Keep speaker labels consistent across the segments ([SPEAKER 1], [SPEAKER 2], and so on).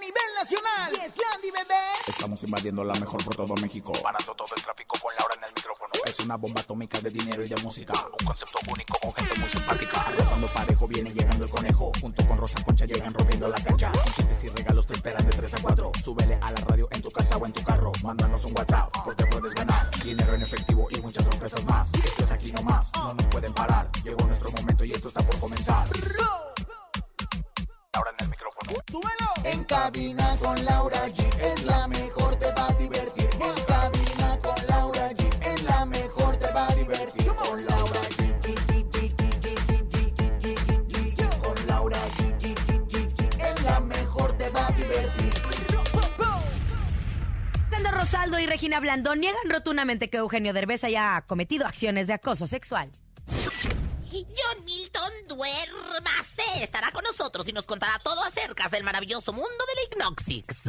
[SPEAKER 1] Nacional. Y es Landy, bebé.
[SPEAKER 2] Estamos invadiendo la mejor por todo México.
[SPEAKER 3] Parando todo el tráfico con Laura en el micrófono.
[SPEAKER 2] Es una bomba atómica de dinero y de música.
[SPEAKER 3] Un concepto único con gente muy simpática.
[SPEAKER 2] Cuando parejo viene llegando el conejo. Junto con Rosa Concha llegan rompiendo la cancha. Chistes y regalos te esperan de 3 a 4. Súbele a la radio en tu casa o en tu carro. Mándanos un WhatsApp porque puedes ganar. Dinero en efectivo y muchas sorpresas más. Esto es aquí nomás, no nos pueden parar. Llegó nuestro momento y esto está por comenzar.
[SPEAKER 3] Ahora en el micrófono.
[SPEAKER 1] ¡Súbelo!
[SPEAKER 2] Eh.
[SPEAKER 4] En cabina con Laura G es la mejor, te va a divertir. En cabina con Laura G es la mejor, te va a divertir. Con Laura G. G, G, G, G, G, G, G, G, G, G, G. Con Laura G, G, G, G, G, es la mejor, te va a divertir.
[SPEAKER 5] Alejandro Rosaldo y Regina Blandón niegan rotundamente que Eugenio Derbez haya cometido acciones de acoso sexual.
[SPEAKER 6] John Milton duérmase. Estará con nosotros y nos contará todo acerca del maravilloso mundo de la Ignoxix.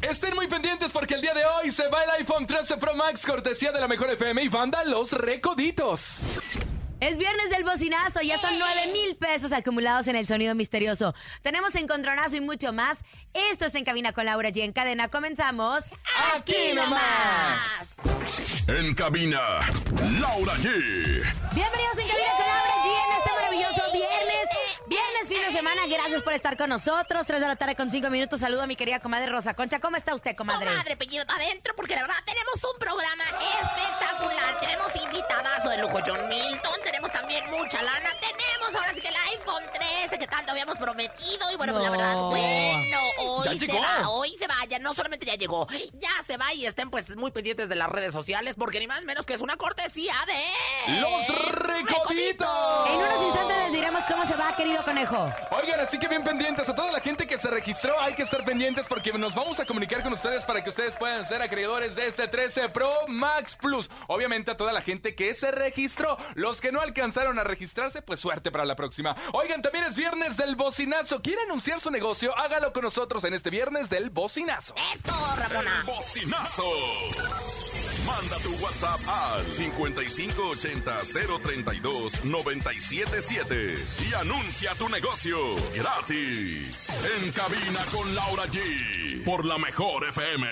[SPEAKER 7] Estén muy pendientes porque el día de hoy se va el iPhone 13 Pro Max cortesía de la mejor FM y banda Los Recoditos.
[SPEAKER 5] Es viernes del bocinazo, ya son 9 mil pesos acumulados en el sonido misterioso. Tenemos encontronazo y mucho más. Esto es En Cabina con Laura G. En cadena comenzamos.
[SPEAKER 7] ¡Aquí nomás!
[SPEAKER 8] En cabina, Laura G.
[SPEAKER 5] Bienvenidos en Cabina con Laura G en este maravilloso viernes. Viernes, fin de semana, gracias por estar con nosotros. 3 de la tarde con 5 minutos. Saludo a mi querida comadre Rosa Concha. ¿Cómo está usted, comadre?
[SPEAKER 6] Madre, Peñido, adentro, porque la verdad tenemos un programa espectacular. Tenemos invitadazo de lujo, John Milton. Tenemos también mucha lana. Tenemos ahora sí que el iPhone 13 que tanto habíamos prometido. Y bueno, pues la
[SPEAKER 5] No.
[SPEAKER 6] verdad, bueno,
[SPEAKER 7] Ya
[SPEAKER 6] hoy se
[SPEAKER 7] llegó.
[SPEAKER 6] va, hoy se va. Ya no solamente ya llegó, ya se va y estén pues muy pendientes de las redes sociales porque ni más menos que es una cortesía de.
[SPEAKER 7] ¡Los Recoditos!
[SPEAKER 5] En unos instantes les diremos cómo se va, querido conejo.
[SPEAKER 7] Oigan, así que bien pendientes a toda la gente que se registró, hay que estar pendientes porque nos vamos a comunicar con ustedes para que ustedes puedan ser acreedores de este 13 Pro Max Plus. Obviamente a toda la gente que se registró, los que no alcanzaron a registrarse, pues suerte para la próxima. Oigan, también es viernes del bocinazo. ¿Quiere anunciar su negocio? Hágalo con nosotros en este viernes del bocinazo.
[SPEAKER 6] ¡Esto, Ramona!
[SPEAKER 8] Bocinazo. Manda tu WhatsApp al 5580-032-977 y anuncia tu negocio gratis. En cabina con Laura G. Por la mejor FM.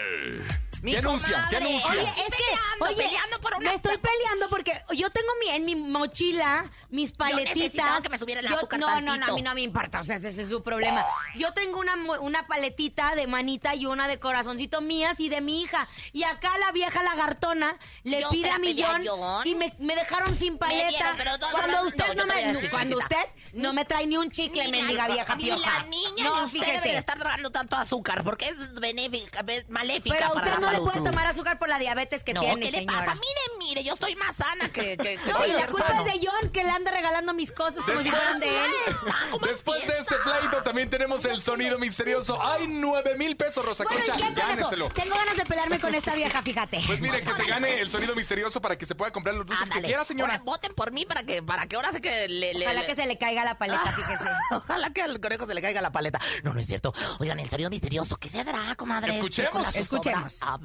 [SPEAKER 7] ¿Qué anuncia? ¿Qué
[SPEAKER 6] comadre.
[SPEAKER 7] anuncia?
[SPEAKER 5] Oye,
[SPEAKER 6] Estoy
[SPEAKER 5] es
[SPEAKER 6] peleando,
[SPEAKER 5] que oye,
[SPEAKER 6] peleando por una-
[SPEAKER 5] me estoy peleando porque yo tengo mi, en mi mochila mis paletitas.
[SPEAKER 6] necesitaba que me subiera el
[SPEAKER 5] Yo-
[SPEAKER 6] azúcar
[SPEAKER 5] no, no, no, a
[SPEAKER 6] tantito.
[SPEAKER 5] mí no me importa, o sea, ese es su problema. Yo tengo una, mo- una paletita de manita y una de corazoncito mías y de mi hija. Y acá la vieja lagartona le
[SPEAKER 6] Yo
[SPEAKER 5] pide
[SPEAKER 6] se la
[SPEAKER 5] a
[SPEAKER 6] pedí a
[SPEAKER 5] millón
[SPEAKER 6] John.
[SPEAKER 5] y me, me dejaron sin paleta.
[SPEAKER 6] dieron, pero no,
[SPEAKER 5] cuando
[SPEAKER 6] no, no,
[SPEAKER 5] usted
[SPEAKER 6] yo
[SPEAKER 5] no,
[SPEAKER 6] te voy a
[SPEAKER 5] me
[SPEAKER 6] decir,
[SPEAKER 5] cuando
[SPEAKER 6] chiquita.
[SPEAKER 5] usted no me trae ni un chicle,
[SPEAKER 6] Ni la-
[SPEAKER 5] mendiga vieja
[SPEAKER 6] ni
[SPEAKER 5] pioja.
[SPEAKER 6] la niña ni usted debe de estar tragando tanto azúcar porque es benéfica, es maléfica
[SPEAKER 5] Pero
[SPEAKER 6] para
[SPEAKER 5] usted
[SPEAKER 6] la
[SPEAKER 5] no le
[SPEAKER 6] salud.
[SPEAKER 5] puede tomar azúcar por la diabetes que
[SPEAKER 6] no,
[SPEAKER 5] tiene,
[SPEAKER 6] ¿qué le
[SPEAKER 5] señora.
[SPEAKER 6] pasa? Mire, mire, yo estoy más sana que... que,
[SPEAKER 5] No,
[SPEAKER 6] que
[SPEAKER 5] y la
[SPEAKER 6] cualquier
[SPEAKER 5] culpa
[SPEAKER 6] sano.
[SPEAKER 5] es de John que le anda regalando mis cosas como si fueran de él.
[SPEAKER 6] Está como en
[SPEAKER 7] Después de este
[SPEAKER 6] fiesta.
[SPEAKER 7] pleito también tenemos el sonido misterioso. Hay 9 mil pesos, Rosa
[SPEAKER 5] Bueno,
[SPEAKER 7] Concha.
[SPEAKER 5] ya, conejo,
[SPEAKER 7] Gáneselo.
[SPEAKER 5] tengo ganas de pelarme con esta vieja, fíjate.
[SPEAKER 7] Pues mire, que se gane el sonido misterioso para que se pueda comprar los dulces que
[SPEAKER 6] Ándale.
[SPEAKER 7] quiera, pues, señora.
[SPEAKER 6] Ahora, voten por mí para que, para que ahora sí que le... le-
[SPEAKER 5] Ojalá
[SPEAKER 6] le-
[SPEAKER 5] que se le caiga la paleta, fíjese.
[SPEAKER 6] Ojalá que al conejo se le caiga la paleta. No, no es cierto. Oigan, el sonido misterioso, ¿qué se dará, comadre?
[SPEAKER 7] Escuchemos.
[SPEAKER 6] Con la zozobra.
[SPEAKER 5] Escuchemos.
[SPEAKER 6] A ver.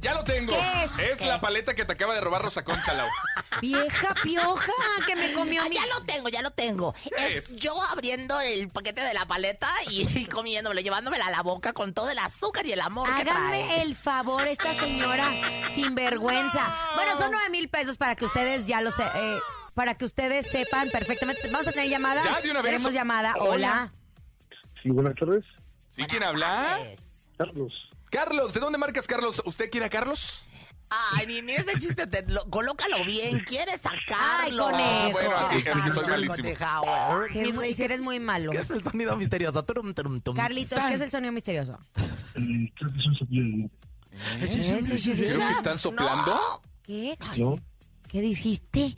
[SPEAKER 7] Ya lo tengo.
[SPEAKER 5] ¿Qué es?
[SPEAKER 7] Es la paleta que te acaba de robar Rosa Concha, Lau.
[SPEAKER 5] Vieja pioja que me comió
[SPEAKER 6] Ah,
[SPEAKER 5] mi...
[SPEAKER 6] ya lo tengo, ya lo tengo. Es yo abriendo el paquete de la paleta y, y comiéndomelo, llevándomela a la boca con todo el azúcar y el amor que
[SPEAKER 5] Háganme
[SPEAKER 6] trae.
[SPEAKER 5] el favor, esta señora sinvergüenza. Bueno, son nueve mil pesos para que ustedes ya lo se, eh, para que ustedes sepan perfectamente. Vamos a tener llamada.
[SPEAKER 7] Ya, de una vez.
[SPEAKER 5] Tenemos llamada. Hola.
[SPEAKER 9] Sí, buenas tardes,
[SPEAKER 7] ¿Sí quién habla?
[SPEAKER 6] Pues,
[SPEAKER 5] ¿Ah?
[SPEAKER 9] Carlos.
[SPEAKER 7] Carlos, ¿de dónde marcas Carlos? ¿Usted quiere a Carlos?
[SPEAKER 6] Ay, ni, ni ese chiste, te lo- colócalo bien, quieres sacarlo.
[SPEAKER 5] Ay, conejo.
[SPEAKER 7] Ah, bueno, así- así que soy
[SPEAKER 6] Carlos
[SPEAKER 7] malísimo.
[SPEAKER 6] Contejao.
[SPEAKER 5] Si eres, muy- si eres muy malo.
[SPEAKER 6] ¿Qué es el sonido misterioso? Turum, turum, tum.
[SPEAKER 5] Carlitos, ¿qué es el sonido misterioso?
[SPEAKER 9] Mm, Creo que es un cepillo de dientes,
[SPEAKER 7] Creo que están soplando.
[SPEAKER 5] ¿Qué?
[SPEAKER 9] ¿no?
[SPEAKER 5] ¿Qué dijiste?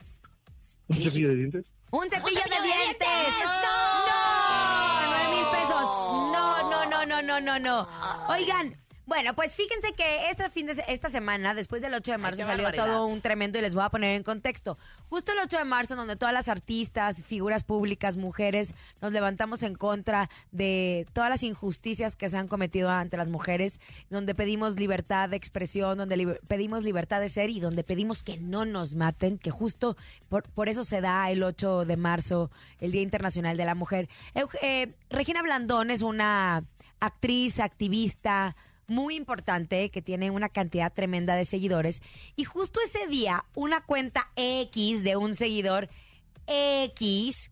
[SPEAKER 9] ¿Un cepillo de dientes?
[SPEAKER 5] ¡Un cepillo de
[SPEAKER 6] cepillo de
[SPEAKER 5] dientes!
[SPEAKER 6] dientes!
[SPEAKER 5] Ah. ¡No! ¡Nueve mil pesos! No, no, no, no, no, no, no. Oigan, Bueno, pues fíjense que este fin de se- esta semana, después del 8 de marzo,
[SPEAKER 6] qué
[SPEAKER 5] salió
[SPEAKER 6] barbaridad.
[SPEAKER 5] todo un tremendo y les voy a poner en contexto. Justo el 8 de marzo, donde todas las artistas, figuras públicas, mujeres, nos levantamos en contra de todas las injusticias que se han cometido ante las mujeres, donde pedimos libertad de expresión, donde liber- pedimos libertad de ser y donde pedimos que no nos maten, que justo por, por eso se da el 8 de marzo, el Día Internacional de la Mujer. Eug- eh, Regina Blandón es una actriz, activista, muy importante que tiene una cantidad tremenda de seguidores. Y justo ese día, una cuenta X de un seguidor X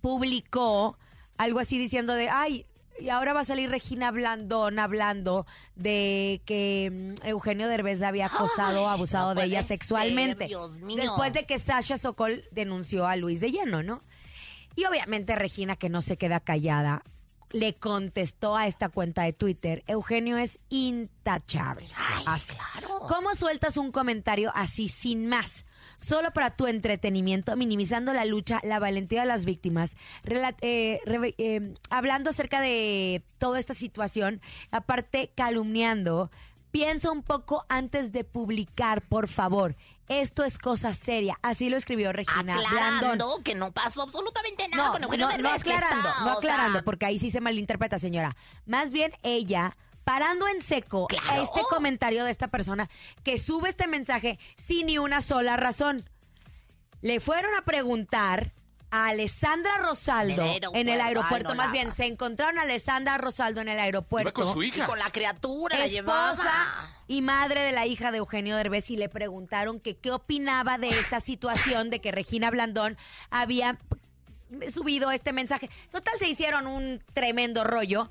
[SPEAKER 5] publicó algo así diciendo de, ay, y ahora va a salir Regina Blandón hablando de que mm, Eugenio Derbez la había acosado,
[SPEAKER 6] Ay,
[SPEAKER 5] abusado
[SPEAKER 6] no
[SPEAKER 5] de ella
[SPEAKER 6] puede ser,
[SPEAKER 5] sexualmente.
[SPEAKER 6] Dios mío.
[SPEAKER 5] Después de que Sasha Sokol denunció a Luis de Lleno, ¿no? Y obviamente Regina, que no se queda callada, le contestó a esta cuenta de Twitter, Eugenio es intachable. Así. ¿Cómo sueltas un comentario así sin más? Solo para tu entretenimiento, minimizando la lucha, la valentía de las víctimas, rela- eh, reve- eh, hablando acerca de toda esta situación, aparte calumniando. Piensa un poco antes de publicar, por favor. Esto es cosa seria. Así lo escribió Regina
[SPEAKER 6] aclarando
[SPEAKER 5] Blandón.
[SPEAKER 6] que no pasó absolutamente nada
[SPEAKER 5] No,
[SPEAKER 6] con
[SPEAKER 5] no,
[SPEAKER 6] Eugenio
[SPEAKER 5] no
[SPEAKER 6] Derbez, que
[SPEAKER 5] aclarando,
[SPEAKER 6] está,
[SPEAKER 5] no
[SPEAKER 6] o sea,
[SPEAKER 5] aclarando, porque ahí sí se malinterpreta, señora. Más bien ella parando en seco a
[SPEAKER 6] Claro. Oh.
[SPEAKER 5] este comentario de esta persona que sube este mensaje sin ni una sola razón. Le fueron a preguntar a Alessandra Rosaldo
[SPEAKER 6] En el aeropuerto,
[SPEAKER 5] en el aeropuerto,
[SPEAKER 6] ay, no
[SPEAKER 5] más
[SPEAKER 6] la
[SPEAKER 5] bien
[SPEAKER 6] hagas.
[SPEAKER 5] se encontraron a Alessandra Rosaldo en el aeropuerto
[SPEAKER 7] Iba con su
[SPEAKER 6] y
[SPEAKER 7] hija.
[SPEAKER 6] con la criatura la
[SPEAKER 5] esposa
[SPEAKER 6] llevaba.
[SPEAKER 5] y madre de la hija de Eugenio Derbez y le preguntaron que qué opinaba de esta situación de que Regina Blandón había subido este mensaje. Total, se hicieron un tremendo rollo.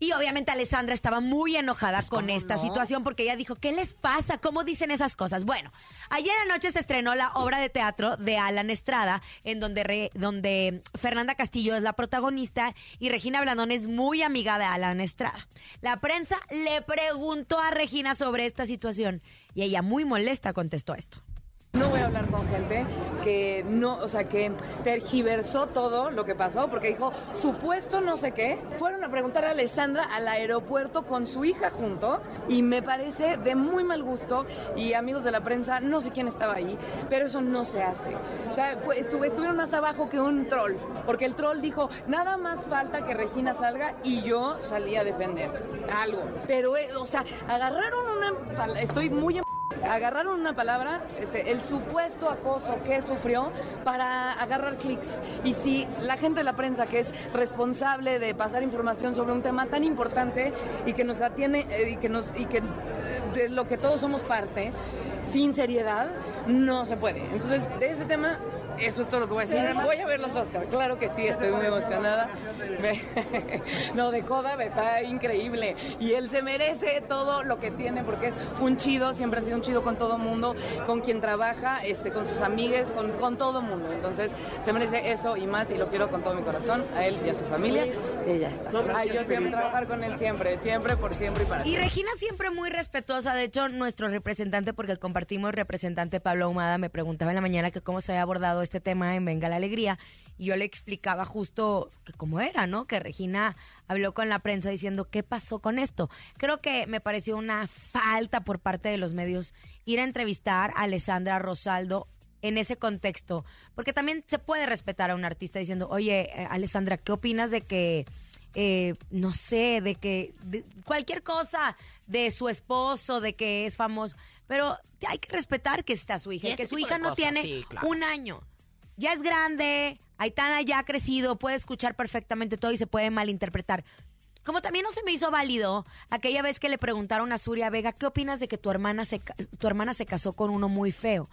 [SPEAKER 5] Y obviamente Alessandra estaba muy enojada con esta situación porque ella dijo, ¿qué les pasa? ¿Cómo dicen esas cosas? Bueno, ayer anoche se estrenó la obra de teatro de Alan Estrada, en donde, re- donde Fernanda Castillo es la protagonista y Regina Blandón es muy amiga de Alan Estrada. La prensa le preguntó a Regina sobre esta situación y ella muy molesta contestó esto.
[SPEAKER 10] No voy a hablar con gente que no, o sea, que tergiversó todo lo que pasó porque dijo supuesto no sé qué. Fueron a preguntar a Alessandra al aeropuerto con su hija junto y me parece de muy mal gusto y amigos de la prensa, no sé quién estaba ahí, pero eso no se hace. O sea, fue- estuve- estuvieron más abajo que un troll, porque el troll dijo, nada más falta que Regina salga y yo salí a defender algo. Pero, eh, o sea, agarraron una... pala- Estoy muy... em- Agarraron una palabra, este, el supuesto acoso que sufrió para agarrar clics. Y si la gente de la prensa, que es responsable de pasar información sobre un tema tan importante y que nos atiene eh, y que nos y que eh, de lo que todos somos parte, sin seriedad, no se puede. Entonces, de ese tema, eso es todo lo que voy a decir. Voy a ver los Oscar, claro que sí, estoy muy emocionada. Ve- No, de coda está increíble. Y él se merece todo lo que tiene porque es un chido, siempre ha sido un chido con todo mundo, con quien trabaja, este, con sus amigues, con, con todo mundo. Entonces, se merece eso y más y lo quiero con todo mi corazón, a él y a su familia. Y ya está. Ay, yo siempre trabajar con él, siempre, siempre, por siempre y para
[SPEAKER 5] Y Regina siempre muy respetuosa. De hecho, nuestro representante, porque compartimos representante Pablo Ahumada, me preguntaba en la mañana que cómo se había abordado este tema en Venga la Alegría. Y yo le explicaba justo que cómo era, ¿no? Que Regina habló con la prensa diciendo qué pasó con esto. Creo que me pareció una falta por parte de los medios ir a entrevistar a Alessandra Rosaldo en ese contexto. Porque también se puede respetar a un artista diciendo, oye, eh, Alessandra, ¿qué opinas de que, eh, no sé, de que de- cualquier cosa de su esposo, de que es famoso? Pero hay que respetar que está su hija,
[SPEAKER 6] Y
[SPEAKER 5] y que
[SPEAKER 6] este
[SPEAKER 5] su
[SPEAKER 6] tipo
[SPEAKER 5] hija
[SPEAKER 6] de
[SPEAKER 5] no
[SPEAKER 6] cosas,
[SPEAKER 5] tiene
[SPEAKER 6] sí, claro.
[SPEAKER 5] un año. Ya es grande, Aitana ya ha crecido, puede escuchar perfectamente todo y se puede malinterpretar. Como también no se me hizo válido aquella vez que le preguntaron a Zuria Vega, ¿qué opinas de que tu hermana se, ca- tu hermana se casó con uno muy feo?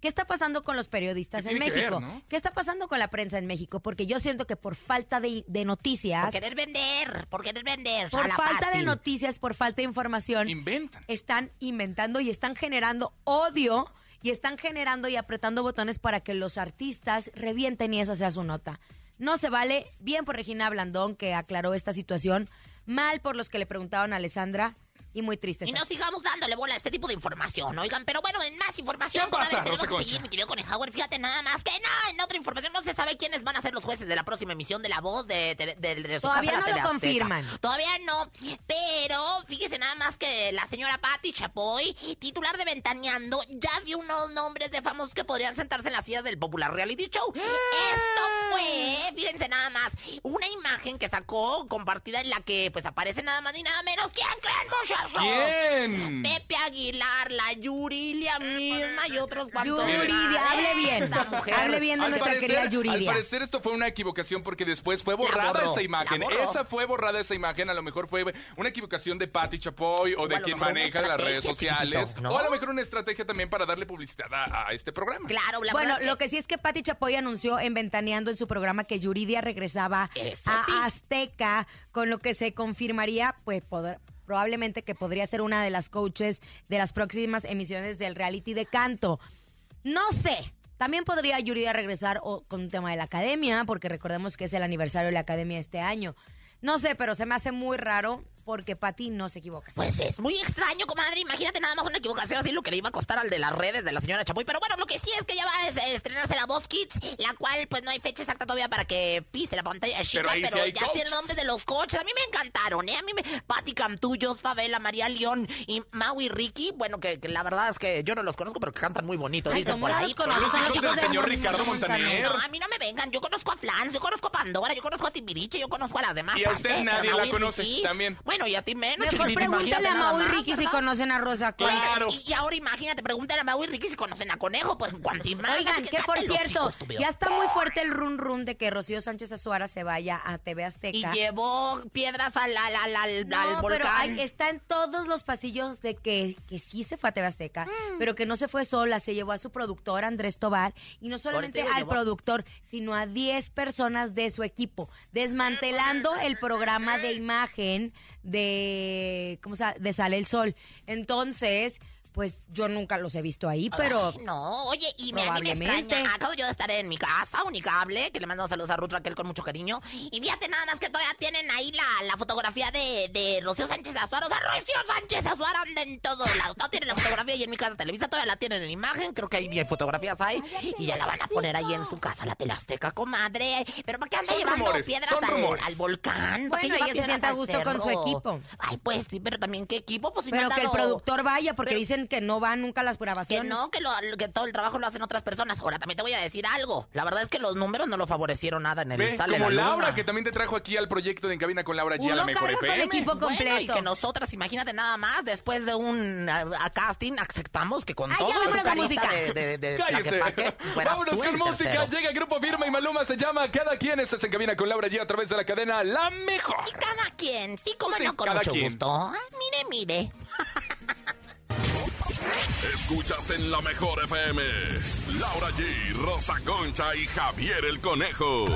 [SPEAKER 5] ¿Qué está pasando con los periodistas
[SPEAKER 7] ¿Qué
[SPEAKER 5] en
[SPEAKER 7] tiene que ver,
[SPEAKER 5] México?
[SPEAKER 7] no?
[SPEAKER 5] ¿Qué está pasando con la prensa en México? Porque yo siento que por falta de, de
[SPEAKER 6] Por
[SPEAKER 5] noticias,
[SPEAKER 6] querer vender, por querer vender. a
[SPEAKER 5] por
[SPEAKER 6] la
[SPEAKER 5] falta de
[SPEAKER 6] fácil.
[SPEAKER 5] noticias, por falta de información,
[SPEAKER 7] Inventan.
[SPEAKER 5] están inventando y están generando odio y están generando y apretando botones para que los artistas revienten y esa sea su nota. No se vale, bien por Regina Blandón que aclaró esta situación, mal por los que le preguntaron a Alessandra y muy triste.
[SPEAKER 6] Y no sigamos dándole bola a este tipo de información, oigan. Pero bueno, en más información,
[SPEAKER 5] ¿Qué pasa,
[SPEAKER 6] comadre, tenemos
[SPEAKER 5] Rosa
[SPEAKER 6] que
[SPEAKER 5] Concha?
[SPEAKER 6] seguir, mi querido Conejauer. Fíjate nada más que no, en otra información no se sabe quiénes van a ser los jueces de la próxima emisión de La Voz de, de, de- de su
[SPEAKER 5] Todavía
[SPEAKER 6] casa,
[SPEAKER 5] no
[SPEAKER 6] la
[SPEAKER 5] lo
[SPEAKER 6] TV Azteca.
[SPEAKER 5] confirman.
[SPEAKER 6] Todavía no, pero fíjese nada más que la señora Patti Chapoy, titular de Ventaneando, ya vio unos nombres de famosos que podrían sentarse en las sillas del popular reality show. Esto fue, fíjense nada más, una imagen que sacó compartida en la que pues aparece nada más ni nada menos. ¿Quién creen, muchachos?
[SPEAKER 7] ¿Quién?
[SPEAKER 6] Pepe Aguilar, la Yurilia misma y otros cuantos.
[SPEAKER 5] Yuridia,
[SPEAKER 6] más.
[SPEAKER 5] hable bien.
[SPEAKER 6] Esta mujer.
[SPEAKER 5] Hable bien de
[SPEAKER 7] Al
[SPEAKER 5] nuestra querida
[SPEAKER 7] parecer- Al
[SPEAKER 5] Yuridia.
[SPEAKER 7] parecer esto fue una equivocación porque después fue borrada
[SPEAKER 6] borró,
[SPEAKER 7] esa imagen.
[SPEAKER 6] la borró.
[SPEAKER 7] Esa fue borrada esa imagen. A lo mejor fue una equivocación de Patti Chapoy o
[SPEAKER 6] a
[SPEAKER 7] de
[SPEAKER 6] lo
[SPEAKER 7] quien
[SPEAKER 6] mejor una
[SPEAKER 7] maneja las redes
[SPEAKER 6] estrategia,
[SPEAKER 7] sociales.
[SPEAKER 6] chiquitito, ¿no?
[SPEAKER 7] O a lo mejor una estrategia también para darle publicidad a, a este programa.
[SPEAKER 6] Claro, la
[SPEAKER 5] bueno,
[SPEAKER 6] verdad es
[SPEAKER 5] lo que sí es que Patti Chapoy anunció en Ventaneando en su programa que Yuridia regresaba
[SPEAKER 6] Eso
[SPEAKER 5] a
[SPEAKER 6] sí.
[SPEAKER 5] Azteca, con lo que se confirmaría, pues, poder- probablemente que podría ser una de las coaches de las próximas emisiones del reality de canto. No sé. También podría Yuridia regresar o- con un tema de la academia, porque recordemos que es el aniversario de la academia este año. No sé, pero se me hace muy raro porque Patti no se equivoca.
[SPEAKER 6] Pues es muy extraño, comadre. Imagínate nada más una equivocación así lo que le iba a costar al de las redes de la señora Chapoy. Pero bueno, lo que sí es que ya va a es- estrenarse la Voz Kids, la cual pues no hay fecha exacta todavía para que pise la pantalla chica,
[SPEAKER 7] Pero ahí
[SPEAKER 6] pero,
[SPEAKER 7] sí hay
[SPEAKER 6] ya
[SPEAKER 7] coaches.
[SPEAKER 6] tiene nombres de los coches. A mí me encantaron, ¿eh? A mí me... Patti Cantullos, Favela, María León y Mau y Ricky. Bueno, que, que la verdad es que yo no los conozco, pero que cantan muy bonito,
[SPEAKER 5] Ay,
[SPEAKER 6] dicen
[SPEAKER 5] ¿cómo
[SPEAKER 6] por
[SPEAKER 5] no
[SPEAKER 6] ahí.
[SPEAKER 5] los conoces?
[SPEAKER 7] Son los
[SPEAKER 5] Son
[SPEAKER 7] hijos del
[SPEAKER 5] de
[SPEAKER 7] señor
[SPEAKER 5] Mon-
[SPEAKER 7] Ricardo Montaner.
[SPEAKER 6] Ay, no, a mí no me vengan. Yo conozco a Flans, yo conozco a Pandora, yo conozco a Timbiriche, yo conozco a las demás.
[SPEAKER 7] Y a usted
[SPEAKER 6] también,
[SPEAKER 7] nadie
[SPEAKER 6] pero
[SPEAKER 7] la
[SPEAKER 6] Mau y
[SPEAKER 7] conoce
[SPEAKER 6] Ricky.
[SPEAKER 7] también.
[SPEAKER 6] Bueno, y a ti menos,
[SPEAKER 5] Mejor
[SPEAKER 6] chiquitita,
[SPEAKER 5] pregúntale
[SPEAKER 6] imagínate
[SPEAKER 5] a
[SPEAKER 6] nada
[SPEAKER 5] Mau y
[SPEAKER 6] más,
[SPEAKER 5] Ricky si
[SPEAKER 6] ¿verdad?
[SPEAKER 5] conocen a Rosa Concha.
[SPEAKER 6] Oigan, Y, y ahora imagínate, pregúntale a Mau y Ricky si conocen a Conejo, pues cuanto más.
[SPEAKER 5] Oigan,
[SPEAKER 6] así
[SPEAKER 5] que por
[SPEAKER 6] cállate el hocico,
[SPEAKER 5] cierto,
[SPEAKER 6] estúpido.
[SPEAKER 5] ya está muy fuerte el run run de que Rocío Sánchez Azuara se vaya a TV
[SPEAKER 6] Y
[SPEAKER 5] Azteca.
[SPEAKER 6] llevó piedras al, al, al, al,
[SPEAKER 5] No,
[SPEAKER 6] al
[SPEAKER 5] pero
[SPEAKER 6] volcán.
[SPEAKER 5] hay- está en todos los pasillos de que, que sí se fue a TV Azteca,
[SPEAKER 6] Mm.
[SPEAKER 5] pero que no se fue sola, se llevó a su productor Andrés Tobar y no solamente
[SPEAKER 6] digo,
[SPEAKER 5] al
[SPEAKER 6] llevó-
[SPEAKER 5] productor, sino a 10 personas de su equipo, desmantelando
[SPEAKER 6] Ah,
[SPEAKER 5] el programa de imagen de ¿cómo se llama? de Sale el Sol. Entonces, pues yo nunca los he visto ahí, pero
[SPEAKER 6] Ay, no, oye, y me, a mí me
[SPEAKER 5] Probablemente.
[SPEAKER 6] extraña. Acabo yo de estar en mi casa, Unicable, que le mando saludos a Ruth Raquel con mucho cariño. Y fíjate nada más que todavía tienen ahí la, la fotografía de, de Rocío Sánchez Azuara. O sea, Rocío Sánchez Azuara anda en todos lados. No tienen la fotografía y en mi casa Televisa todavía la tienen en imagen. Creo que ahí hay fotografías ahí. Y ya la van a poner ahí en su casa, la Telazteca, comadre. Pero ¿para qué anda
[SPEAKER 7] Son
[SPEAKER 6] llevando
[SPEAKER 7] rumores,
[SPEAKER 6] piedras
[SPEAKER 7] son
[SPEAKER 6] al,
[SPEAKER 7] rumores.
[SPEAKER 6] al volcán? ¿Para qué
[SPEAKER 5] Bueno,
[SPEAKER 6] lleva
[SPEAKER 5] ella se
[SPEAKER 6] piedras
[SPEAKER 5] sienta a
[SPEAKER 6] al
[SPEAKER 5] gusto con su
[SPEAKER 6] cerro?
[SPEAKER 5] equipo.
[SPEAKER 6] Ay, pues sí, pero también qué equipo. Pues, si no
[SPEAKER 5] Pero
[SPEAKER 6] han
[SPEAKER 5] que el
[SPEAKER 6] dado-
[SPEAKER 5] productor vaya, porque
[SPEAKER 6] Pero-
[SPEAKER 5] dicen que no van nunca a las
[SPEAKER 6] que
[SPEAKER 5] grabaciones.
[SPEAKER 6] no, que, lo, que todo el trabajo lo hacen otras personas. Ahora, también te voy a decir algo. La verdad es que los números no lo favorecieron nada en el
[SPEAKER 7] Ve,
[SPEAKER 6] Sale
[SPEAKER 7] como
[SPEAKER 6] la
[SPEAKER 7] Laura,
[SPEAKER 6] Luna.
[SPEAKER 7] que también te trajo aquí al proyecto de En Cabina con Laura G a la
[SPEAKER 5] Uno
[SPEAKER 7] mejor
[SPEAKER 5] carga con
[SPEAKER 7] FM.
[SPEAKER 5] equipo completo.
[SPEAKER 6] Bueno, y que nosotras, imagínate nada más, después de un ah, ah, casting, aceptamos que con
[SPEAKER 5] Ay, ya
[SPEAKER 6] todo el
[SPEAKER 5] vámonos a
[SPEAKER 6] vocalista
[SPEAKER 5] música.
[SPEAKER 6] de, de, de
[SPEAKER 7] ¡Cállese!
[SPEAKER 6] Tlaquepaque, fueras
[SPEAKER 7] Vámonos
[SPEAKER 6] tú el
[SPEAKER 7] con música.
[SPEAKER 6] tercero.
[SPEAKER 7] Llega Grupo Firma y Maluma se llama Cada Quien. Estás en Cabina con Laura G a través de la cadena La Mejor.
[SPEAKER 6] Y cada quien, sí, como
[SPEAKER 7] Sí,
[SPEAKER 6] no, con
[SPEAKER 7] cada
[SPEAKER 6] mucho
[SPEAKER 7] quien.
[SPEAKER 6] gusto. Ah, mire, mire.
[SPEAKER 8] Escuchas en la mejor FM. Laura G, Rosa Concha y Javier el Conejo.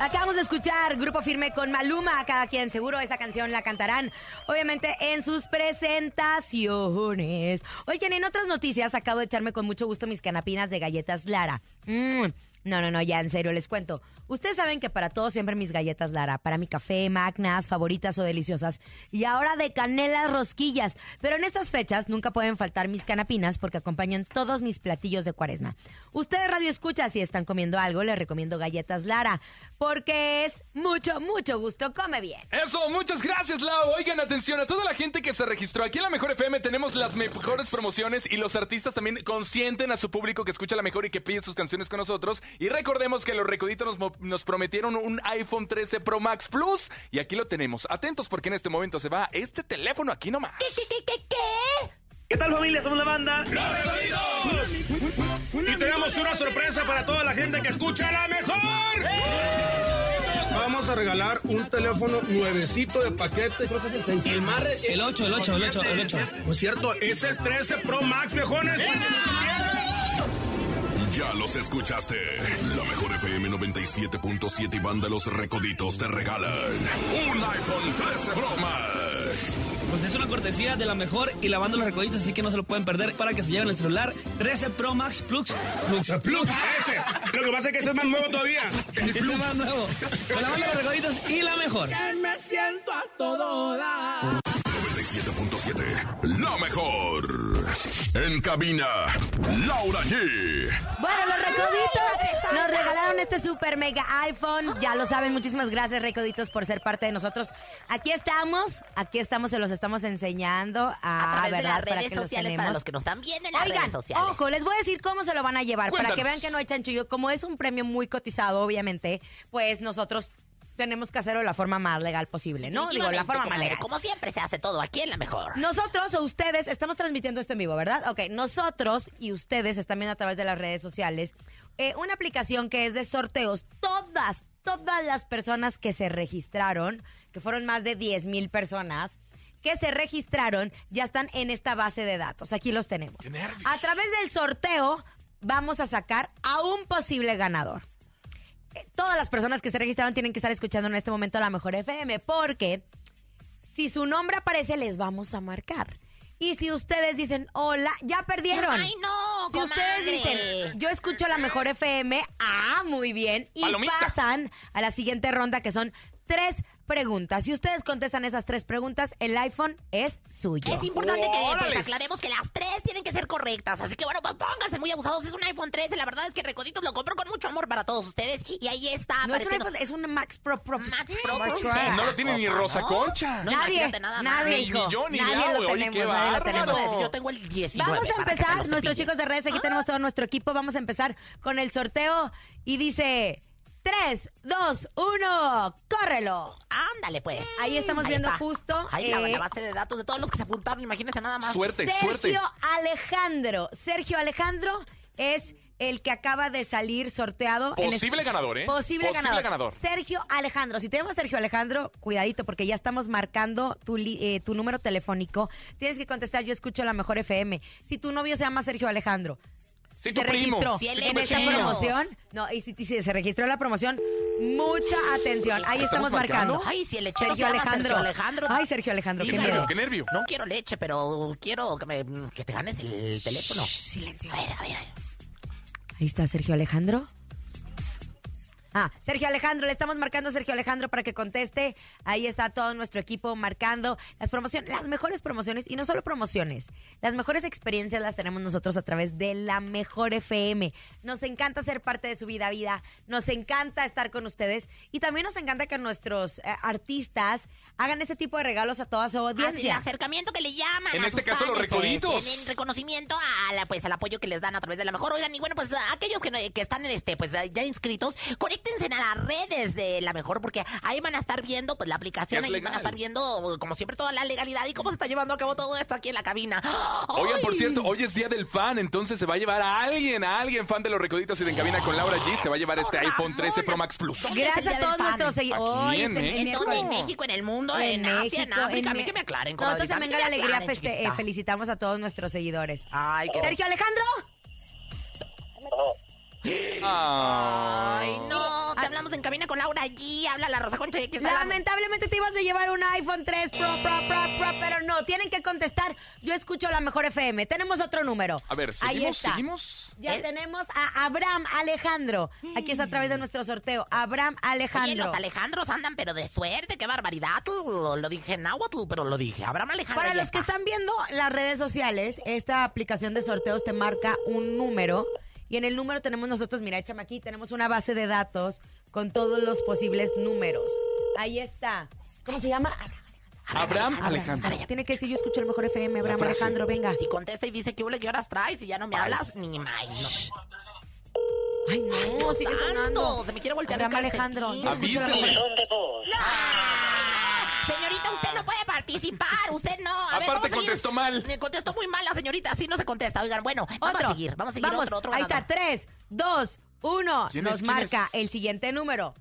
[SPEAKER 5] Acabamos de escuchar Grupo Firme con Maluma. Cada quien seguro esa canción la cantarán, obviamente, en sus presentaciones. Oigan, en otras noticias, acabo de echarme con mucho gusto mis canapinas de galletas Lara. Mm, No, no, no, ya en serio les cuento. Ustedes saben que para todos siempre mis galletas Lara, para mi café, magnas, favoritas o deliciosas. Y ahora de canelas rosquillas. Pero en estas fechas nunca pueden faltar mis canapinas porque acompañan todos mis platillos de cuaresma. Ustedes radio escucha, si están comiendo algo, les recomiendo galletas Lara, porque es mucho, mucho gusto. Come bien.
[SPEAKER 7] Eso, muchas gracias, Lau. Oigan, atención a toda la gente que se registró. Aquí en la Mejor FM tenemos las mejores promociones y los artistas también consienten a su público que escucha la mejor y que pide sus canciones con nosotros. Y recordemos que los recoditos nos, mo- nos prometieron un iPhone 13 Pro Max Plus y aquí lo tenemos. Atentos porque en este momento se va este teléfono aquí nomás.
[SPEAKER 11] ¿Qué tal familia? Somos la banda. Y tenemos una sorpresa para toda la gente que escucha la mejor. Vamos a regalar un teléfono nuevecito de paquete. Creo que es el 6. El más reciente. El 8, el 8, el 8, el 8. Por cierto, es el 13 Pro Max, mejones.
[SPEAKER 8] Ya los escuchaste. La mejor FM 97.7 y banda Los Recoditos te regalan un iPhone 13 bromas.
[SPEAKER 12] Pues es una cortesía de la mejor y lavando los recoditos, así que no se lo pueden perder para que se lleven el celular 13 Pro Max Plus. Plus,
[SPEAKER 11] Plus, ese. Lo que pasa es que ese es más nuevo todavía. El
[SPEAKER 12] Plus. más nuevo. Con lavando los recoditos y la mejor.
[SPEAKER 11] Me siento a todo
[SPEAKER 8] 97.7 97.7. La mejor. En cabina, Laura G.
[SPEAKER 5] Bueno, los recoditos nos regalaron este super mega iPhone. Ya lo saben, muchísimas gracias, recoditos, por ser parte de nosotros. Aquí estamos, aquí estamos, se los estamos enseñando. Ah,
[SPEAKER 6] través de
[SPEAKER 5] ¿verdad?
[SPEAKER 6] las redes
[SPEAKER 5] que los
[SPEAKER 6] sociales, para
[SPEAKER 5] tenemos.
[SPEAKER 6] los que nos están viendo en las
[SPEAKER 5] Oigan,
[SPEAKER 6] redes sociales.
[SPEAKER 5] Ojo, les voy a decir cómo se lo van a llevar para que
[SPEAKER 6] Cuéntanos.
[SPEAKER 5] vean que no hay chanchullo. Como es un premio muy cotizado, obviamente, pues nosotros tenemos que hacerlo de la forma más legal posible, ¿no? Digo, la
[SPEAKER 6] Definitivamente,
[SPEAKER 5] forma más
[SPEAKER 6] comadre,
[SPEAKER 5] legal.
[SPEAKER 6] Como siempre se hace todo aquí en la mejor.
[SPEAKER 5] Nosotros o ustedes estamos transmitiendo esto en vivo, ¿verdad? Ok, nosotros y ustedes están viendo a través de las redes sociales eh, una aplicación que es de sorteos. Todas, todas las personas que se registraron, que fueron más de 10 mil personas, que se registraron, ya están en esta base de datos. Aquí los tenemos. A través del sorteo vamos a sacar a un posible ganador todas las personas que se registraron tienen que estar escuchando en este momento a la mejor FM, porque si su nombre aparece, les vamos a marcar. Y si ustedes dicen, hola, ya perdieron.
[SPEAKER 6] Ay, no,
[SPEAKER 5] Si ustedes
[SPEAKER 6] comadre.
[SPEAKER 5] dicen, yo escucho la mejor FM, ah, muy bien. Y
[SPEAKER 6] Palomita.
[SPEAKER 5] pasan a la siguiente ronda, que son tres preguntas. Si ustedes contestan esas tres preguntas, el iPhone es suyo.
[SPEAKER 6] Es importante que pues, aclaremos que las tres tienen que ser correctas. Así que bueno, pues pónganse muy abusados. Es un iPhone 13. La verdad es que Recoditos lo compro con mucho amor para todos ustedes. Y ahí está.
[SPEAKER 5] No es un
[SPEAKER 6] apareciendo.
[SPEAKER 5] iPhone, es un Max Pro Pro. Max
[SPEAKER 6] Pro Pro.
[SPEAKER 7] No lo tiene ni Rosa Concha.
[SPEAKER 6] No,
[SPEAKER 5] ah, nadie,
[SPEAKER 6] imagínate nada más.
[SPEAKER 5] nadie,
[SPEAKER 6] Ni-
[SPEAKER 5] hijo.
[SPEAKER 6] ni yo, ni
[SPEAKER 5] nadie
[SPEAKER 6] Lau,
[SPEAKER 5] lo
[SPEAKER 6] oye,
[SPEAKER 5] tenemos, nadie
[SPEAKER 6] qué
[SPEAKER 5] lo
[SPEAKER 6] bárbaro.
[SPEAKER 5] tenemos.
[SPEAKER 6] Yo tengo el 19
[SPEAKER 5] Vamos a
[SPEAKER 6] para que te
[SPEAKER 5] empezar,
[SPEAKER 6] los
[SPEAKER 5] nuestros
[SPEAKER 6] cepilles.
[SPEAKER 5] chicos de redes, aquí tenemos todo nuestro equipo, vamos a empezar con el sorteo y dice 3, 2, 1, córrelo.
[SPEAKER 6] Ándale, pues.
[SPEAKER 5] Ahí estamos viendo
[SPEAKER 6] está.
[SPEAKER 5] justo,
[SPEAKER 6] Ahí la,
[SPEAKER 5] eh,
[SPEAKER 6] la base de datos de todos los que se apuntaron. Imagínense nada más.
[SPEAKER 5] Sergio Alejandro, Sergio Alejandro es el que acaba de salir sorteado. en este
[SPEAKER 7] Posible ganador, ¿eh?
[SPEAKER 5] Posible,
[SPEAKER 7] Posible
[SPEAKER 5] ganador.
[SPEAKER 7] ganador.
[SPEAKER 5] Sergio Alejandro, si tenemos a Sergio Alejandro, cuidadito porque ya estamos marcando tu, li- eh, tu número telefónico. Tienes que contestar, yo escucho la mejor FM. Si tu novio se llama Sergio Alejandro,
[SPEAKER 7] Si
[SPEAKER 5] se
[SPEAKER 7] tu primo,
[SPEAKER 5] registró
[SPEAKER 7] si tu
[SPEAKER 5] en esa
[SPEAKER 7] vecino.
[SPEAKER 5] promoción, no, y si, y si se registró en la promoción, mucha atención. Ahí estamos,
[SPEAKER 6] ¿Estamos marcando?
[SPEAKER 5] marcando.
[SPEAKER 6] Ay, si el lechero se llama Sergio Alejandro.
[SPEAKER 5] Ay, Sergio Alejandro, qué miedo.
[SPEAKER 7] nervio.
[SPEAKER 6] No quiero leche, pero quiero que, me, que te ganes el teléfono.
[SPEAKER 5] silencio.
[SPEAKER 6] A ver, a ver.
[SPEAKER 5] Ahí está Sergio Alejandro. Ah, Sergio Alejandro, le estamos marcando a Sergio Alejandro para que conteste. Ahí está todo nuestro equipo marcando las promociones, las mejores promociones y no solo promociones. Las mejores experiencias las tenemos nosotros a través de la mejor FM. Nos encanta ser parte de su vida vida, nos encanta estar con ustedes y también nos encanta que nuestros eh, artistas hagan este tipo de regalos a toda su
[SPEAKER 6] El
[SPEAKER 5] audiencia.
[SPEAKER 6] acercamiento que le llaman.
[SPEAKER 5] En
[SPEAKER 6] a
[SPEAKER 5] este
[SPEAKER 6] sus
[SPEAKER 5] caso, los
[SPEAKER 6] fans,
[SPEAKER 5] recoditos.
[SPEAKER 6] es, En, en reconocimiento a la, pues, al apoyo que les dan a través de la mejor. Oigan, y bueno, pues a aquellos que, no- que están en este, pues ya inscritos, conéctense a las redes de la mejor, porque ahí van a estar viendo, pues la aplicación,
[SPEAKER 7] Es
[SPEAKER 6] ahí van
[SPEAKER 7] legal.
[SPEAKER 6] a estar viendo, como siempre, toda la legalidad y cómo se está llevando a cabo todo esto aquí en la cabina. ¡Ah!
[SPEAKER 7] Oigan, por
[SPEAKER 6] ¡Ay!
[SPEAKER 7] cierto, hoy es día del fan, entonces se va a llevar a alguien, a alguien fan de los recoditos y de Encabina con Laura G. Se va a llevar este iPhone 13 Pro Max Plus.
[SPEAKER 5] Gracias a todos nuestros seguidores.
[SPEAKER 7] Aquí
[SPEAKER 5] Hoy
[SPEAKER 7] en
[SPEAKER 5] este-
[SPEAKER 7] México.
[SPEAKER 5] el
[SPEAKER 6] ¿En dónde?
[SPEAKER 5] miércoles.
[SPEAKER 6] ¿En México? ¿En el mundo? ¿En Asia? ¿En África? A mí que me aclaren, comadre.
[SPEAKER 5] Nosotros
[SPEAKER 6] A mí
[SPEAKER 5] en
[SPEAKER 6] que
[SPEAKER 5] Venga la
[SPEAKER 6] me
[SPEAKER 5] Alegría
[SPEAKER 6] aclaren,
[SPEAKER 5] feste- eh,
[SPEAKER 6] chiquita.
[SPEAKER 5] felicitamos a todos nuestros seguidores.
[SPEAKER 6] qué-
[SPEAKER 5] Sergio Alejandro.
[SPEAKER 7] Ah,
[SPEAKER 6] Ay, no, te hablamos en cabina con Laura allí, habla la Rosa Concha y aquí está la-
[SPEAKER 5] Lamentablemente te ibas a llevar un iPhone 3 Pro, Pro, Pro, Pro, pero no, tienen que contestar. Yo escucho la mejor FM. Tenemos otro número.
[SPEAKER 7] A ver,
[SPEAKER 5] Ahí
[SPEAKER 7] ¿seguimos?
[SPEAKER 5] está.
[SPEAKER 7] ¿Seguimos?
[SPEAKER 5] Ya
[SPEAKER 6] ¿Eh?
[SPEAKER 5] tenemos a Abraham Alejandro. Aquí está a través de nuestro sorteo. Abraham
[SPEAKER 6] Oye,
[SPEAKER 5] Alejandro.
[SPEAKER 6] los Alejandros andan, pero de suerte, qué barbaridad. Lo, lo dije en náhuatl, pero lo dije. Abraham Alejandro.
[SPEAKER 5] Para
[SPEAKER 6] ahí
[SPEAKER 5] los que están viendo las redes sociales, esta aplicación de sorteos te marca un número y en el número tenemos nosotros, mira, échame aquí, tenemos una base de datos con todos los posibles números. Ahí está. ¿Cómo se llama?
[SPEAKER 7] Abraham Alejandro.
[SPEAKER 5] Tiene que decir, yo escucho el mejor FM, Abraham
[SPEAKER 6] frase.
[SPEAKER 5] Alejandro, venga.
[SPEAKER 6] Si contesta y dice que hule, ¿qué horas traes? Y ya no me hablas, ni más.
[SPEAKER 5] Ay, no, sigue sonando.
[SPEAKER 6] Se me quiere voltear
[SPEAKER 5] Abraham
[SPEAKER 6] el
[SPEAKER 5] Alejandro.
[SPEAKER 6] calcetín.
[SPEAKER 5] yo escucho la
[SPEAKER 6] Avísele.
[SPEAKER 5] mejor-
[SPEAKER 6] Señorita, usted no puede participar, usted no. A ver,
[SPEAKER 7] Aparte
[SPEAKER 6] vamos a seguir.
[SPEAKER 7] contestó mal.
[SPEAKER 6] Eh, Contestó muy mal la señorita, así no se contesta. Oigan, bueno, vamos
[SPEAKER 5] Otro.
[SPEAKER 6] a seguir, vamos a seguir otro, otro
[SPEAKER 5] Ahí está,
[SPEAKER 6] ganador.
[SPEAKER 5] 3, 2, 1.
[SPEAKER 6] ¿Quién es?
[SPEAKER 5] Nos
[SPEAKER 6] ¿Quién
[SPEAKER 5] marca el siguiente número.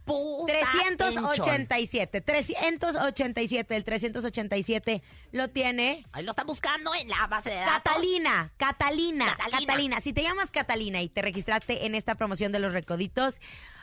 [SPEAKER 5] 387. 387. El 387 lo tiene
[SPEAKER 6] Ahí lo están buscando en la base de datos.
[SPEAKER 5] Catalina, Catalina, Catalina, Si te llamas Catalina y te registraste en esta promoción de los recoditos,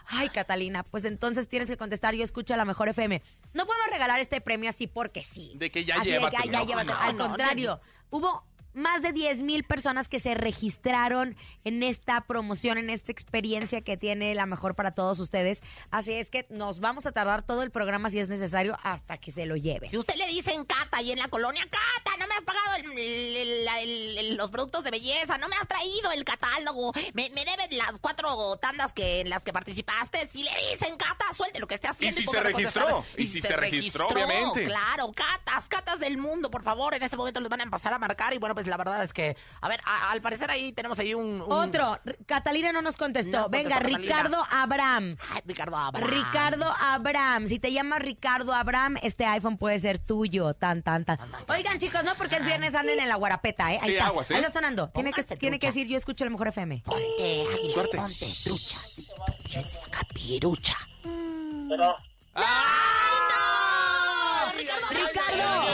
[SPEAKER 5] ay, Catalina, pues entonces tienes que contestar. Yo escucho a la mejor FM. No podemos regalar este premio así porque sí.
[SPEAKER 7] De que ya
[SPEAKER 5] así de
[SPEAKER 7] llévatelo.
[SPEAKER 5] ya, ya llévatelo. Al contrario, hubo más de 10 mil personas que se registraron en esta promoción, en esta experiencia que tiene la mejor para todos ustedes. Así es que nos vamos a tardar todo el programa si es necesario hasta que se lo lleve.
[SPEAKER 6] Si usted le dicen Cata y en la colonia, Cata, no me has pagado el- el- el- el- los productos de belleza, no me has traído el catálogo, me, me debes las cuatro tandas que, en las que participaste. Si le dicen Cata, suelte lo que esté haciendo.
[SPEAKER 7] si se
[SPEAKER 6] póngase a
[SPEAKER 7] registró?
[SPEAKER 6] contestar.
[SPEAKER 7] ¿Y si se registró, obviamente?
[SPEAKER 6] Claro, Catas, Catas del mundo, por favor. En ese momento les van a empezar a marcar y bueno, pues la verdad es que, a ver, a- al parecer ahí tenemos ahí un... un-
[SPEAKER 5] Otro, R- Catalina no nos contestó.
[SPEAKER 6] No
[SPEAKER 5] Venga,
[SPEAKER 6] contestó Catalina.
[SPEAKER 5] Ricardo Abraham.
[SPEAKER 6] Ricardo Abraham.
[SPEAKER 5] Ricardo Abraham. Si te llamas Ricardo Abraham, este iPhone puede ser tuyo. Tan, tan, tan. Oigan, chicos, no porque es viernes anden en la guarapeta, ¿eh? Ahí
[SPEAKER 6] Sí,
[SPEAKER 5] está.
[SPEAKER 6] aguas, ¿eh?
[SPEAKER 5] Ahí está sonando. Tiene que,
[SPEAKER 6] Pónganse
[SPEAKER 5] tiene que
[SPEAKER 6] truchas.
[SPEAKER 5] decir, yo escucho la mejor FM.
[SPEAKER 6] Ponte, águila, E, ponte, truchas y pillos, capirucha.
[SPEAKER 5] Ricardo,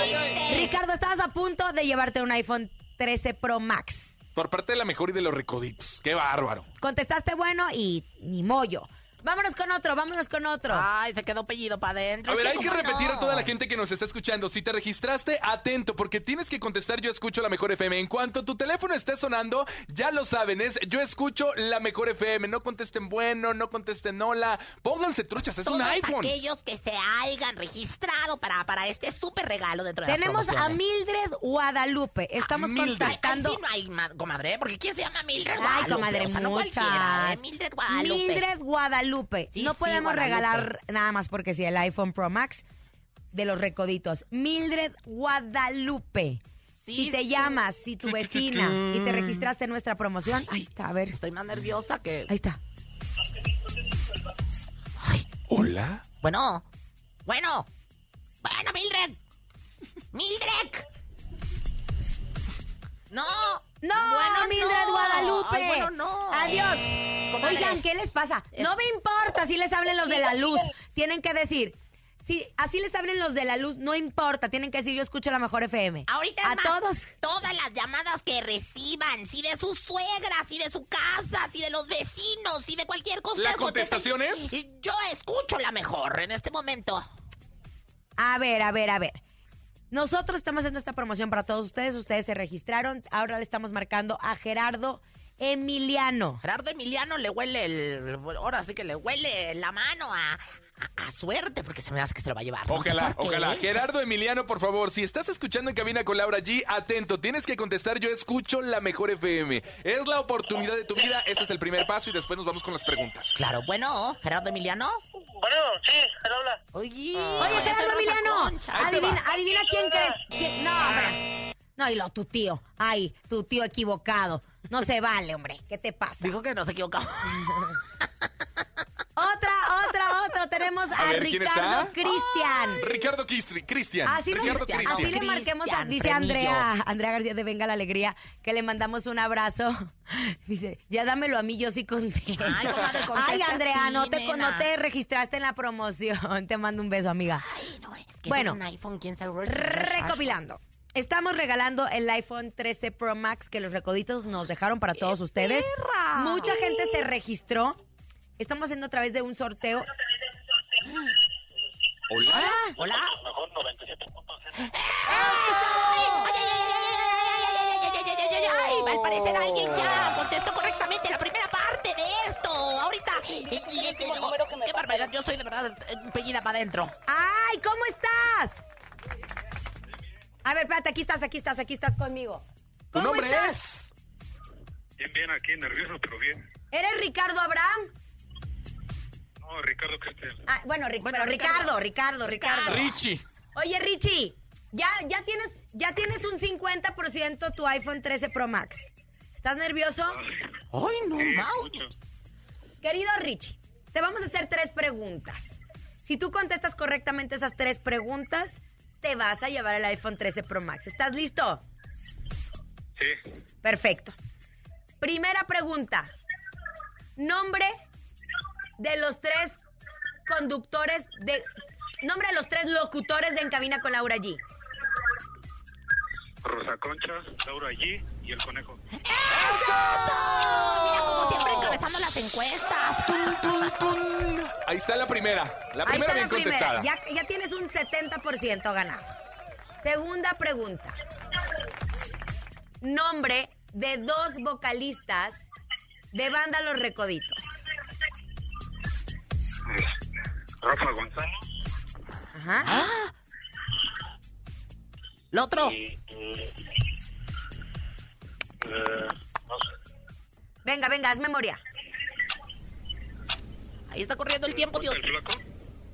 [SPEAKER 5] Ricardo, estabas a punto de llevarte un iPhone 13 Pro Max.
[SPEAKER 7] Por parte de la mejor y de los recoditos. ¡Qué bárbaro!
[SPEAKER 5] Contestaste bueno y ni mollo. Vámonos con otro, vámonos con otro.
[SPEAKER 6] Ay, se quedó pellido para adentro.
[SPEAKER 7] A ver, hay que
[SPEAKER 6] ¿cómo
[SPEAKER 7] repetir
[SPEAKER 6] no?
[SPEAKER 7] a toda la gente que nos está escuchando. Si te registraste, atento, porque tienes que contestar Yo escucho la mejor FM. En cuanto tu teléfono esté sonando, ya lo saben, es Yo escucho la mejor FM. No contesten bueno, no contesten hola. Pónganse truchas, es
[SPEAKER 6] Todos
[SPEAKER 7] un iPhone.
[SPEAKER 6] aquellos que se hayan registrado para, para este súper regalo dentro de
[SPEAKER 5] Tenemos
[SPEAKER 6] las
[SPEAKER 5] a
[SPEAKER 6] promociones.
[SPEAKER 5] Mildred Guadalupe. Estamos
[SPEAKER 6] Mildred.
[SPEAKER 5] contactando.
[SPEAKER 6] Ay, ay, sí, no hay, ma- comadre, ¿eh? porque ¿quién se llama Mildred
[SPEAKER 5] Ay,
[SPEAKER 6] Guadalupe?
[SPEAKER 5] comadre,
[SPEAKER 6] O sea, no cualquiera,
[SPEAKER 5] muchas.
[SPEAKER 6] ¿eh? Mildred Guadalupe.
[SPEAKER 5] Mildred Guadalupe.
[SPEAKER 6] Sí,
[SPEAKER 5] no
[SPEAKER 6] sí,
[SPEAKER 5] podemos
[SPEAKER 6] Guadalupe.
[SPEAKER 5] regalar nada más porque si el iPhone Pro Max de los recoditos. Mildred Guadalupe. si te llamas, si tu vecina y te registraste en nuestra promoción, ahí está, a ver.
[SPEAKER 6] Estoy más nerviosa que...
[SPEAKER 5] Ahí está.
[SPEAKER 7] ¿Hola?
[SPEAKER 6] Bueno, bueno. Bueno, Mildred. Mildred. No.
[SPEAKER 5] No,
[SPEAKER 6] Bueno,
[SPEAKER 5] Mildred
[SPEAKER 6] no.
[SPEAKER 5] Guadalupe.
[SPEAKER 6] Ay, bueno, no.
[SPEAKER 5] Adiós.
[SPEAKER 6] Comadre.
[SPEAKER 5] Oigan, ¿qué les pasa? No me importa si les hablen los de la luz. Tienen que decir. Si así les hablen los de la luz, no importa. Tienen que decir, yo escucho la mejor FM.
[SPEAKER 6] Ahorita es
[SPEAKER 5] A
[SPEAKER 6] más,
[SPEAKER 5] todos.
[SPEAKER 6] Todas las llamadas que reciban, si de sus suegras, si de su casa, si de los vecinos, si de cualquier cosa.
[SPEAKER 7] ¿La
[SPEAKER 6] que contesten.
[SPEAKER 7] contestación es?
[SPEAKER 6] Y Yo escucho la mejor en este momento.
[SPEAKER 5] A ver, a ver, a ver. Nosotros estamos haciendo esta promoción para todos ustedes. Ustedes se registraron. Ahora le estamos marcando a Gerardo Emiliano.
[SPEAKER 6] Gerardo Emiliano le huele el. Ahora sí que le huele la mano a, a- a suerte, porque se me hace que se lo va a llevar. No sé
[SPEAKER 7] Ojalá,
[SPEAKER 6] por qué.
[SPEAKER 7] ojalá. Gerardo Emiliano, por favor, si estás escuchando en cabina con Laura G, atento, tienes que contestar Yo escucho la mejor FM. Es la oportunidad de tu vida, ese es el primer paso y después nos vamos con las preguntas.
[SPEAKER 6] Claro, bueno, Gerardo Emiliano.
[SPEAKER 13] Bueno, sí, él habla.
[SPEAKER 5] Oye,
[SPEAKER 6] Oye, ese
[SPEAKER 5] Gerardo
[SPEAKER 6] Rosa
[SPEAKER 5] Emiliano.
[SPEAKER 6] Concha.
[SPEAKER 5] Adivina, adivina quién crees. quién- No, hombre. No, y lo, tu tío. Ay, tu tío equivocado. No se vale, hombre. ¿Qué te pasa?
[SPEAKER 6] Dijo que nos equivocamos.
[SPEAKER 5] Otra, otra, otra. Tenemos a,
[SPEAKER 7] A ver, ¿quién
[SPEAKER 5] Ricardo
[SPEAKER 7] está?
[SPEAKER 5] Cristian.
[SPEAKER 7] Ricardo Kistri, Cristian.
[SPEAKER 5] Así, nos-
[SPEAKER 7] Ricardo
[SPEAKER 5] así
[SPEAKER 7] Cristian.
[SPEAKER 5] le marquemos, a-
[SPEAKER 6] Cristian
[SPEAKER 5] dice
[SPEAKER 6] Frenillo.
[SPEAKER 5] Andrea, Andrea García de Venga la Alegría, que le mandamos un abrazo. Dice, ya dámelo a mí, yo sí contesto.
[SPEAKER 6] Ay, comadre, contesta
[SPEAKER 5] Ay, Andrea,
[SPEAKER 6] sí,
[SPEAKER 5] no, te,
[SPEAKER 6] nena.
[SPEAKER 5] no te registraste en la promoción. Te mando un beso, amiga.
[SPEAKER 6] Ay, no, es que
[SPEAKER 5] Bueno.
[SPEAKER 6] es un iPhone, quién sabe.
[SPEAKER 5] Recopilando. Estamos regalando el iPhone 13 Pro Max que los recoditos nos dejaron para todos ustedes.
[SPEAKER 6] perra!
[SPEAKER 5] Mucha gente se registró. Estamos haciendo a través de un sorteo.
[SPEAKER 7] Hola.
[SPEAKER 5] Ah,
[SPEAKER 6] Hola. Ay, al parecer alguien ya contestó correctamente la primera parte de esto. Ahorita. eh, eh, eh, oh, Qué barbaridad, yo estoy de verdad eh, pellida para adentro.
[SPEAKER 5] ¡Ay! ¿Cómo estás? A ver, espérate, aquí estás, aquí estás, aquí estás conmigo.
[SPEAKER 7] ¿Tu
[SPEAKER 5] ¿Cómo
[SPEAKER 7] nombre
[SPEAKER 5] estás?
[SPEAKER 7] es?
[SPEAKER 13] Bien, bien, aquí nervioso, pero bien.
[SPEAKER 5] ¿Eres Ricardo Abraham?
[SPEAKER 13] No, Ricardo Cristian.
[SPEAKER 5] Ah, bueno, Ri-
[SPEAKER 6] Bueno,
[SPEAKER 5] pero Ricardo, Ricardo,
[SPEAKER 6] Ricardo.
[SPEAKER 5] Ricardo.
[SPEAKER 7] Richie.
[SPEAKER 5] Oye, Richie, ya, ya, tienes, ya tienes un 50% tu iPhone 13 Pro Max. ¿Estás nervioso?
[SPEAKER 6] Ay, no, Mau.
[SPEAKER 5] Querido Richie, te vamos a hacer tres preguntas. Si tú contestas correctamente esas tres preguntas, te vas a llevar el iPhone 13 Pro Max. ¿Estás listo?
[SPEAKER 13] Sí,
[SPEAKER 5] Perfecto. Primera pregunta. Nombre de los tres conductores de... Nombre de los tres locutores de En Cabina con Laura G.
[SPEAKER 13] Rosa Concha, Laura G y el conejo.
[SPEAKER 6] Mira, como siempre encabezando las encuestas. Tum, tum, tum.
[SPEAKER 7] Ahí está la primera. La
[SPEAKER 5] Ahí
[SPEAKER 7] primera
[SPEAKER 5] está
[SPEAKER 7] bien contestada.
[SPEAKER 5] Ya, ya tienes un 70% ganado. Segunda pregunta. nombre de dos vocalistas de banda Los Recoditos.
[SPEAKER 13] Rafa González.
[SPEAKER 5] Ajá.
[SPEAKER 7] ¿Ah?
[SPEAKER 6] ¿El otro?
[SPEAKER 5] Venga, venga, haz memoria.
[SPEAKER 6] Ahí está corriendo el tiempo, Dios.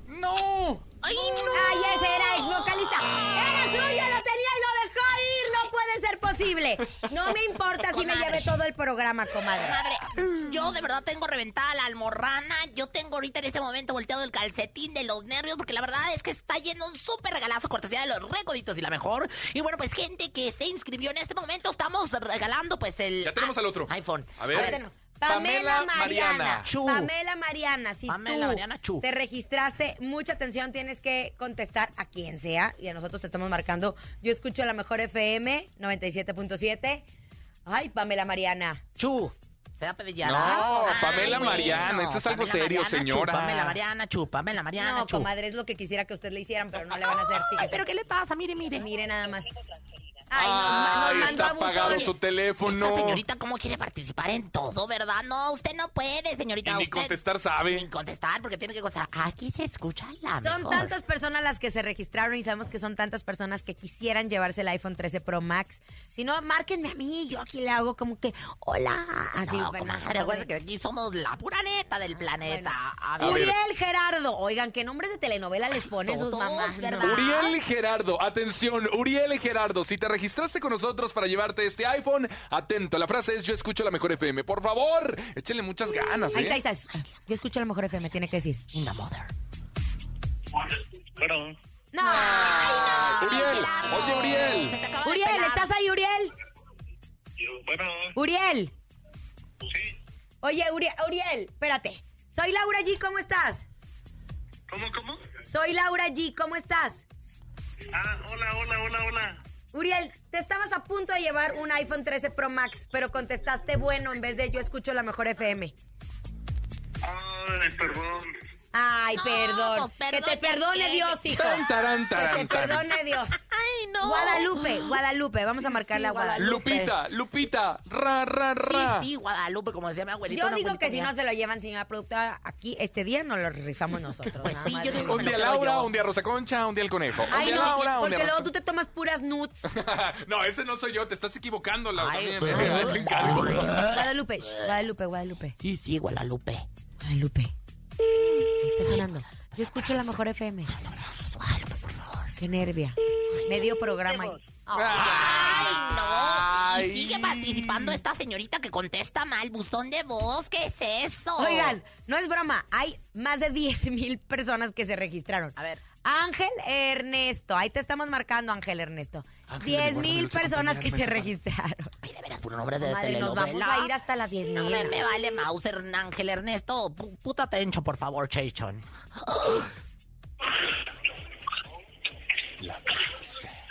[SPEAKER 5] ¡No!
[SPEAKER 6] ¡Ay,
[SPEAKER 5] ese era ex vocalista! ¡Era suyo! ¡Lo tenía y lo dejó ir! ¡No puede ser posible! No me importa si me
[SPEAKER 6] Comadre.
[SPEAKER 5] lleve todo el programa, comadre.
[SPEAKER 6] Madre, yo de verdad tengo reventada la almorrana. Yo tengo ahorita en este momento volteado el calcetín de los nervios porque la verdad es que está yendo un súper regalazo cortesía de los recoditos y la mejor. Y bueno, pues gente que se inscribió en este momento, estamos regalando pues el...
[SPEAKER 7] Ya tenemos al otro. iPhone. A ver.
[SPEAKER 5] Pamela, Pamela Mariana.
[SPEAKER 7] Chu.
[SPEAKER 5] Pamela Mariana, si
[SPEAKER 7] Pamela
[SPEAKER 5] tú
[SPEAKER 7] Mariana Chu.
[SPEAKER 5] te registraste, mucha atención, tienes que contestar a quien sea. Y a nosotros te estamos marcando. Yo escucho la mejor FM 97.7. Ay, Pamela Mariana.
[SPEAKER 6] Chu. Se va a pedir ya.
[SPEAKER 7] No,
[SPEAKER 6] Ay,
[SPEAKER 7] Pamela
[SPEAKER 6] bueno.
[SPEAKER 7] Mariana, esto es algo
[SPEAKER 6] Pamela
[SPEAKER 7] serio,
[SPEAKER 6] Mariana,
[SPEAKER 7] señora.
[SPEAKER 6] Chu, Pamela Mariana, Chu, Pamela Mariana,
[SPEAKER 5] No,
[SPEAKER 6] Chu.
[SPEAKER 5] comadre, es lo que quisiera que usted le hicieran, pero no le van a hacer. Fíjese. ¿Pero
[SPEAKER 6] qué le pasa? Mire, mire.
[SPEAKER 5] Mire nada más. Ay, nos ma-
[SPEAKER 7] Ay,
[SPEAKER 5] nos mandó
[SPEAKER 7] está
[SPEAKER 5] a buzón.
[SPEAKER 7] apagado su teléfono.
[SPEAKER 6] Esta señorita, ¿cómo quiere participar en todo, verdad? No, usted no puede, señorita.
[SPEAKER 7] Ni
[SPEAKER 6] usted
[SPEAKER 7] contestar sabe.
[SPEAKER 6] contestar porque tiene que contestar. Aquí se escucha la
[SPEAKER 5] Son
[SPEAKER 6] mejor.
[SPEAKER 5] tantas personas las que se registraron y sabemos que son tantas personas que quisieran llevarse el iPhone 13 Pro Max. Si no, márquenme a mí, yo aquí le hago como que, hola. Así,
[SPEAKER 6] no,
[SPEAKER 5] Ah, bueno, Ah,
[SPEAKER 6] comadre, acuérdese que aquí somos la pura neta del planeta. A ver.
[SPEAKER 5] Uriel Gerardo. Oigan, ¿qué nombres de telenovela les ponen sus
[SPEAKER 6] todos,
[SPEAKER 5] mamás? no?
[SPEAKER 7] Uriel Gerardo, atención, Uriel Gerardo, si te registraste con nosotros para llevarte este iPhone, atento, la frase es yo escucho la mejor FM, por favor, échenle muchas ganas,
[SPEAKER 5] Ahí
[SPEAKER 7] ¿eh?
[SPEAKER 5] está, ahí está. Yo escucho a lo mejor FM, tiene que decir.
[SPEAKER 13] Bueno,
[SPEAKER 5] No.
[SPEAKER 7] Uriel, oye Uriel,
[SPEAKER 5] Uriel, ¿estás ahí, Uriel? Uriel. Oye, Uriel, Uriel, espérate. Soy Laura G, ¿cómo estás?
[SPEAKER 13] ¿Cómo, cómo?
[SPEAKER 5] Soy Laura G, ¿cómo estás?
[SPEAKER 13] Ah, hola, hola, hola, hola.
[SPEAKER 5] Uriel, te estabas a punto de llevar un iPhone 13 Pro Max, pero contestaste bueno en vez de yo escucho la mejor FM.
[SPEAKER 13] Ay, perdón.
[SPEAKER 5] Ay, perdón.
[SPEAKER 6] pues,
[SPEAKER 5] Que te
[SPEAKER 6] perdón,
[SPEAKER 5] perdone
[SPEAKER 6] ¿qué?
[SPEAKER 5] Dios, hijo.
[SPEAKER 7] Tan, taran, taran,
[SPEAKER 5] que te
[SPEAKER 7] taran.
[SPEAKER 5] perdone Dios.
[SPEAKER 6] Ay, no.
[SPEAKER 5] Guadalupe, Guadalupe, vamos a marcarle a Guadalupe.
[SPEAKER 7] Lupita, Lupita, ra, ra, ra.
[SPEAKER 6] Sí, sí, Guadalupe, como decía mi abuelita.
[SPEAKER 5] Yo
[SPEAKER 6] una
[SPEAKER 5] digo
[SPEAKER 6] abuelita
[SPEAKER 5] que si
[SPEAKER 6] mía.
[SPEAKER 5] no se lo llevan señora productora aquí este día, no lo rifamos nosotros.
[SPEAKER 6] Pues sí, yo digo que
[SPEAKER 7] Un
[SPEAKER 6] me
[SPEAKER 7] día
[SPEAKER 6] lo quedo
[SPEAKER 7] Laura,
[SPEAKER 6] yo.
[SPEAKER 7] un día Rosa Concha, un día el conejo. Un
[SPEAKER 5] Ay,
[SPEAKER 7] día
[SPEAKER 5] no,
[SPEAKER 7] Laura, un día
[SPEAKER 5] porque luego
[SPEAKER 7] Rosa-
[SPEAKER 5] tú te tomas puras nudes.
[SPEAKER 7] No, ese no soy yo, te estás equivocando, Laura.
[SPEAKER 6] Ay,
[SPEAKER 7] también, ¿eh? Te encargo.
[SPEAKER 5] Guadalupe, shh, Guadalupe, Guadalupe.
[SPEAKER 6] Sí, sí, Guadalupe.
[SPEAKER 5] Guadalupe. Ahí está sonando. Yo escucho la mejor FM. Qué nervia. Medio programa. ahí.
[SPEAKER 6] Ah. Ay, no.
[SPEAKER 7] Ay.
[SPEAKER 6] Y sigue participando esta señorita que contesta mal, buzón de voz, ¿qué es eso?
[SPEAKER 5] Oigan, no es broma, hay más de 10 mil personas que se registraron. A ver. Ángel Ernesto, ahí te estamos marcando, Ángel Ernesto.
[SPEAKER 6] Ángel,
[SPEAKER 5] 10
[SPEAKER 6] recuérdame,
[SPEAKER 5] mil
[SPEAKER 6] no sé
[SPEAKER 5] personas que se
[SPEAKER 6] acompañarme,
[SPEAKER 5] registraron.
[SPEAKER 6] Verás, puro nombre de
[SPEAKER 5] Madre, nos
[SPEAKER 6] telenovela.
[SPEAKER 5] vamos a ir hasta las 10
[SPEAKER 6] No
[SPEAKER 5] mil.
[SPEAKER 6] me, me vale Mauser, Ángel Ernesto. Pu- Puta tencho, por favor, Chechon.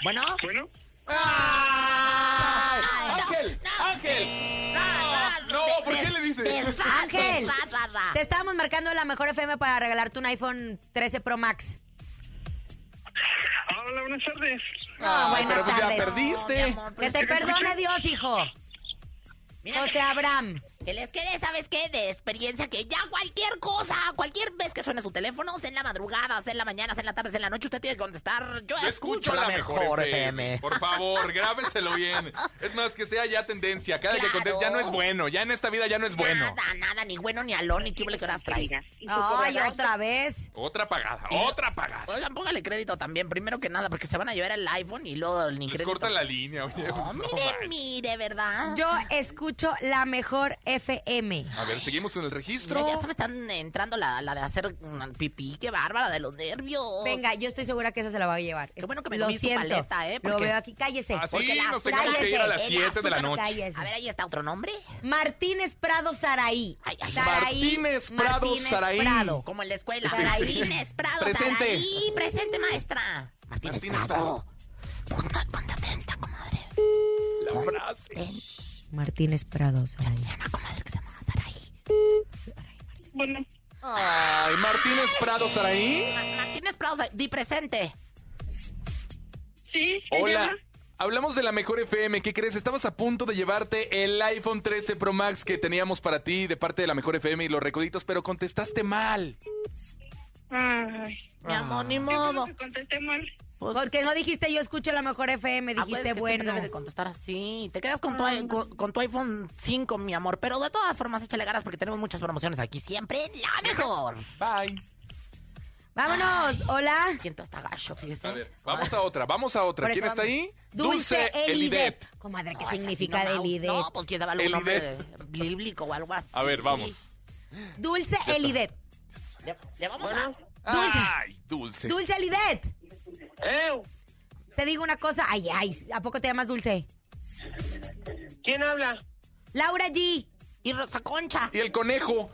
[SPEAKER 6] Bueno.
[SPEAKER 13] Bueno.
[SPEAKER 7] Ay,
[SPEAKER 6] Ay, no,
[SPEAKER 7] Ángel, Ángel. No, ¿por qué le dices?
[SPEAKER 5] Ángel.
[SPEAKER 6] Ángel.
[SPEAKER 5] Te estábamos marcando la mejor FM para regalarte un iPhone 13 Pro Max.
[SPEAKER 13] Ah, hola, buenas tardes.
[SPEAKER 5] No, buenas
[SPEAKER 7] pero pues ya
[SPEAKER 5] tardes.
[SPEAKER 7] perdiste.
[SPEAKER 6] Pues,
[SPEAKER 5] Que te perdone Dios, hijo.
[SPEAKER 6] Mira,
[SPEAKER 5] José Abraham.
[SPEAKER 6] Que les quede, ¿sabes qué? De experiencia que ya cualquier cosa, cualquier vez que suene su teléfono, sea en la madrugada, sea en la mañana, sea en la tarde, sea en la noche, usted tiene que contestar. Yo,
[SPEAKER 7] Yo escucho la mejor FM. Por favor, grábeselo bien. Es más, que sea ya tendencia. Cada que
[SPEAKER 6] Claro.
[SPEAKER 7] conteste ya no es bueno. Ya en esta vida ya no es bueno.
[SPEAKER 6] Nada, nada, ni bueno ni alón, ni qué huele que horas traes.
[SPEAKER 5] Ay, otra vez.
[SPEAKER 7] Otra pagada, otra pagada.
[SPEAKER 6] Oigan, póngale crédito también, primero que nada, porque se van a llevar el iPhone y luego ni
[SPEAKER 7] Les
[SPEAKER 6] crédito.
[SPEAKER 7] cortan la línea, oye. pues,
[SPEAKER 6] No,
[SPEAKER 7] no
[SPEAKER 6] mire,
[SPEAKER 7] manches.
[SPEAKER 6] mire, ¿verdad?
[SPEAKER 5] Yo escucho la mejor FM.
[SPEAKER 7] A ver, seguimos en el registro.
[SPEAKER 6] Mira, ya se me están entrando la, la de hacer mm, pipí, qué bárbara, de los nervios.
[SPEAKER 5] Venga, yo estoy segura que esa se la va a llevar. Qué bueno
[SPEAKER 6] que me
[SPEAKER 5] Lo
[SPEAKER 6] comí su
[SPEAKER 5] siento.
[SPEAKER 6] paleta, ¿eh?
[SPEAKER 5] Lo
[SPEAKER 6] Porque-
[SPEAKER 5] veo aquí. Cállese.
[SPEAKER 7] Así
[SPEAKER 5] Porque la-
[SPEAKER 7] Ah, nos tenemos que ir a las
[SPEAKER 5] cállese,
[SPEAKER 7] 7 de la
[SPEAKER 5] azúcar,
[SPEAKER 7] noche.
[SPEAKER 5] cállese.
[SPEAKER 6] A ver, ahí está otro nombre.
[SPEAKER 5] Martínez Prado Saraí.
[SPEAKER 6] ay,
[SPEAKER 5] Saraí,
[SPEAKER 7] Martínez Prado Saraí.
[SPEAKER 5] Prado.
[SPEAKER 6] Como en la escuela.
[SPEAKER 7] Sí, sí.
[SPEAKER 6] Martínez Prado,
[SPEAKER 7] Presente.
[SPEAKER 6] Saraí, presente, maestra. Martínez,
[SPEAKER 7] Martínez
[SPEAKER 6] Prado. Ponte, ponte atenta, comadre.
[SPEAKER 7] La frase.
[SPEAKER 6] eh.
[SPEAKER 5] Martínez Prado Saraí.
[SPEAKER 6] Una comadre que se llama Saraí.
[SPEAKER 13] Bueno.
[SPEAKER 7] Ay, Martínez Prado Saraí.
[SPEAKER 6] Ma- Martínez Prado, Saraí, di presente.
[SPEAKER 13] Sí,
[SPEAKER 7] Hola. Hablamos de la mejor FM, ¿qué crees? Estabas a punto de llevarte el iPhone 13 Pro Max que teníamos para ti de parte de la mejor FM y los recoditos, pero contestaste mal.
[SPEAKER 13] Ay,
[SPEAKER 6] mi
[SPEAKER 7] Ah.
[SPEAKER 6] amor, ni
[SPEAKER 13] ¿Qué fue
[SPEAKER 6] modo. Pues
[SPEAKER 13] lo que contesté mal?
[SPEAKER 5] Porque no dijiste yo escucho la mejor FM,
[SPEAKER 6] Ah, pues,
[SPEAKER 5] dijiste
[SPEAKER 6] es que siempre
[SPEAKER 5] bueno. Ah,
[SPEAKER 6] debe de contestar así. Te quedas con tu, i- con, con tu iPhone 5, mi amor. Pero de todas formas, échale ganas porque tenemos muchas promociones aquí. Siempre en la mejor.
[SPEAKER 7] Bye.
[SPEAKER 5] Vámonos, hola.
[SPEAKER 6] Siento hasta gacho, fíjese.
[SPEAKER 7] A ver, vamos a otra, vamos a otra.
[SPEAKER 5] Por
[SPEAKER 7] ¿Quién
[SPEAKER 5] eso
[SPEAKER 7] está
[SPEAKER 5] vamos.
[SPEAKER 7] ahí?
[SPEAKER 5] Dulce Elidet. Comadre, ¿qué
[SPEAKER 6] No, esa sí
[SPEAKER 5] significa
[SPEAKER 6] no,
[SPEAKER 5] Elidet?
[SPEAKER 6] No, pues quién sabe algún nombre
[SPEAKER 7] Elidet.
[SPEAKER 6] de- bíblico o algo así.
[SPEAKER 7] A ver, vamos.
[SPEAKER 5] Dulce Elidet.
[SPEAKER 6] Le, le vamos
[SPEAKER 7] Ay, dulce.
[SPEAKER 5] Dulce Elidet. Te digo una cosa. Ay, ay, ¿a poco te llamas Dulce?
[SPEAKER 13] ¿Quién habla?
[SPEAKER 5] Laura G.
[SPEAKER 6] Y Rosa Concha.
[SPEAKER 7] Y el conejo.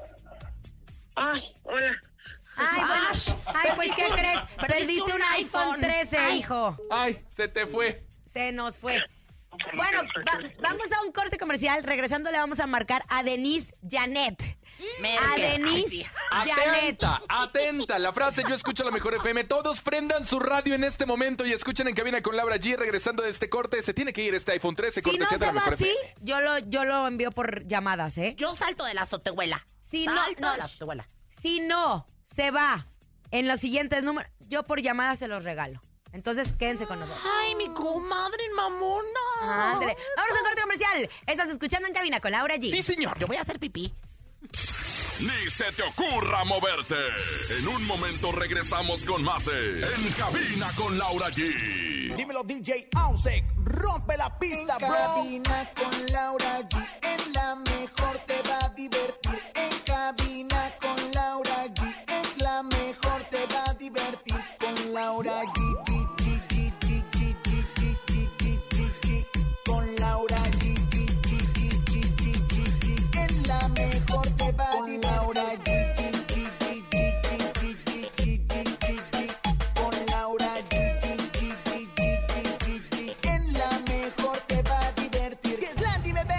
[SPEAKER 13] Ay, Ah, hola.
[SPEAKER 5] Ay, bueno. Ay, pues, ¿qué crees? Perdiste un iPhone 13,
[SPEAKER 6] Ay.
[SPEAKER 5] hijo.
[SPEAKER 7] Ay, se te fue.
[SPEAKER 5] Se nos fue. Bueno, va- vamos a un corte comercial. Regresando le vamos a marcar a Denise Janet. A Denise Janet.
[SPEAKER 7] Atenta, atenta. La frase yo escucho la mejor FM. Todos prendan su radio en este momento y escuchen en cabina con Laura G. Regresando de este corte, se tiene que ir este iPhone 13
[SPEAKER 5] Si no
[SPEAKER 7] cortesía de
[SPEAKER 5] se
[SPEAKER 7] la
[SPEAKER 5] va
[SPEAKER 7] mejor
[SPEAKER 5] así,
[SPEAKER 7] FM.
[SPEAKER 5] yo lo, yo lo envío por llamadas, ¿eh?
[SPEAKER 6] Yo salto de la azotehuela.
[SPEAKER 5] Si no,
[SPEAKER 6] salto de
[SPEAKER 5] no.
[SPEAKER 6] la azotehuela.
[SPEAKER 5] Si no se va en los siguientes números, yo por llamadas se los regalo. Entonces, quédense con nosotros.
[SPEAKER 6] Ay, mi comadre mamona.
[SPEAKER 5] Ándale. Vámonos al corte comercial. Estás escuchando en cabina con Laura G.
[SPEAKER 7] Sí, señor.
[SPEAKER 6] Yo voy a hacer pipí.
[SPEAKER 8] Ni se te ocurra moverte. En un momento regresamos con más de En cabina con Laura G.
[SPEAKER 2] Dímelo DJ Ausek, rompe la pista, bro.
[SPEAKER 4] Cabina con Laura G. En la mejor te va a divertir. En cabina con Laura G. Es la mejor te va a divertir. Con Laura G. G, G, G, G, G, G, G, G, G, G, G. Con Laura G. G, G, G, G, G, G, G. En la mejor te va a divertir. Con Laura G. G, G, G, G, G, G, G, G, G, G. Con Laura G. G, G, G, G, G, G, G. En la mejor te va a divertir. Que es Landy, bebé.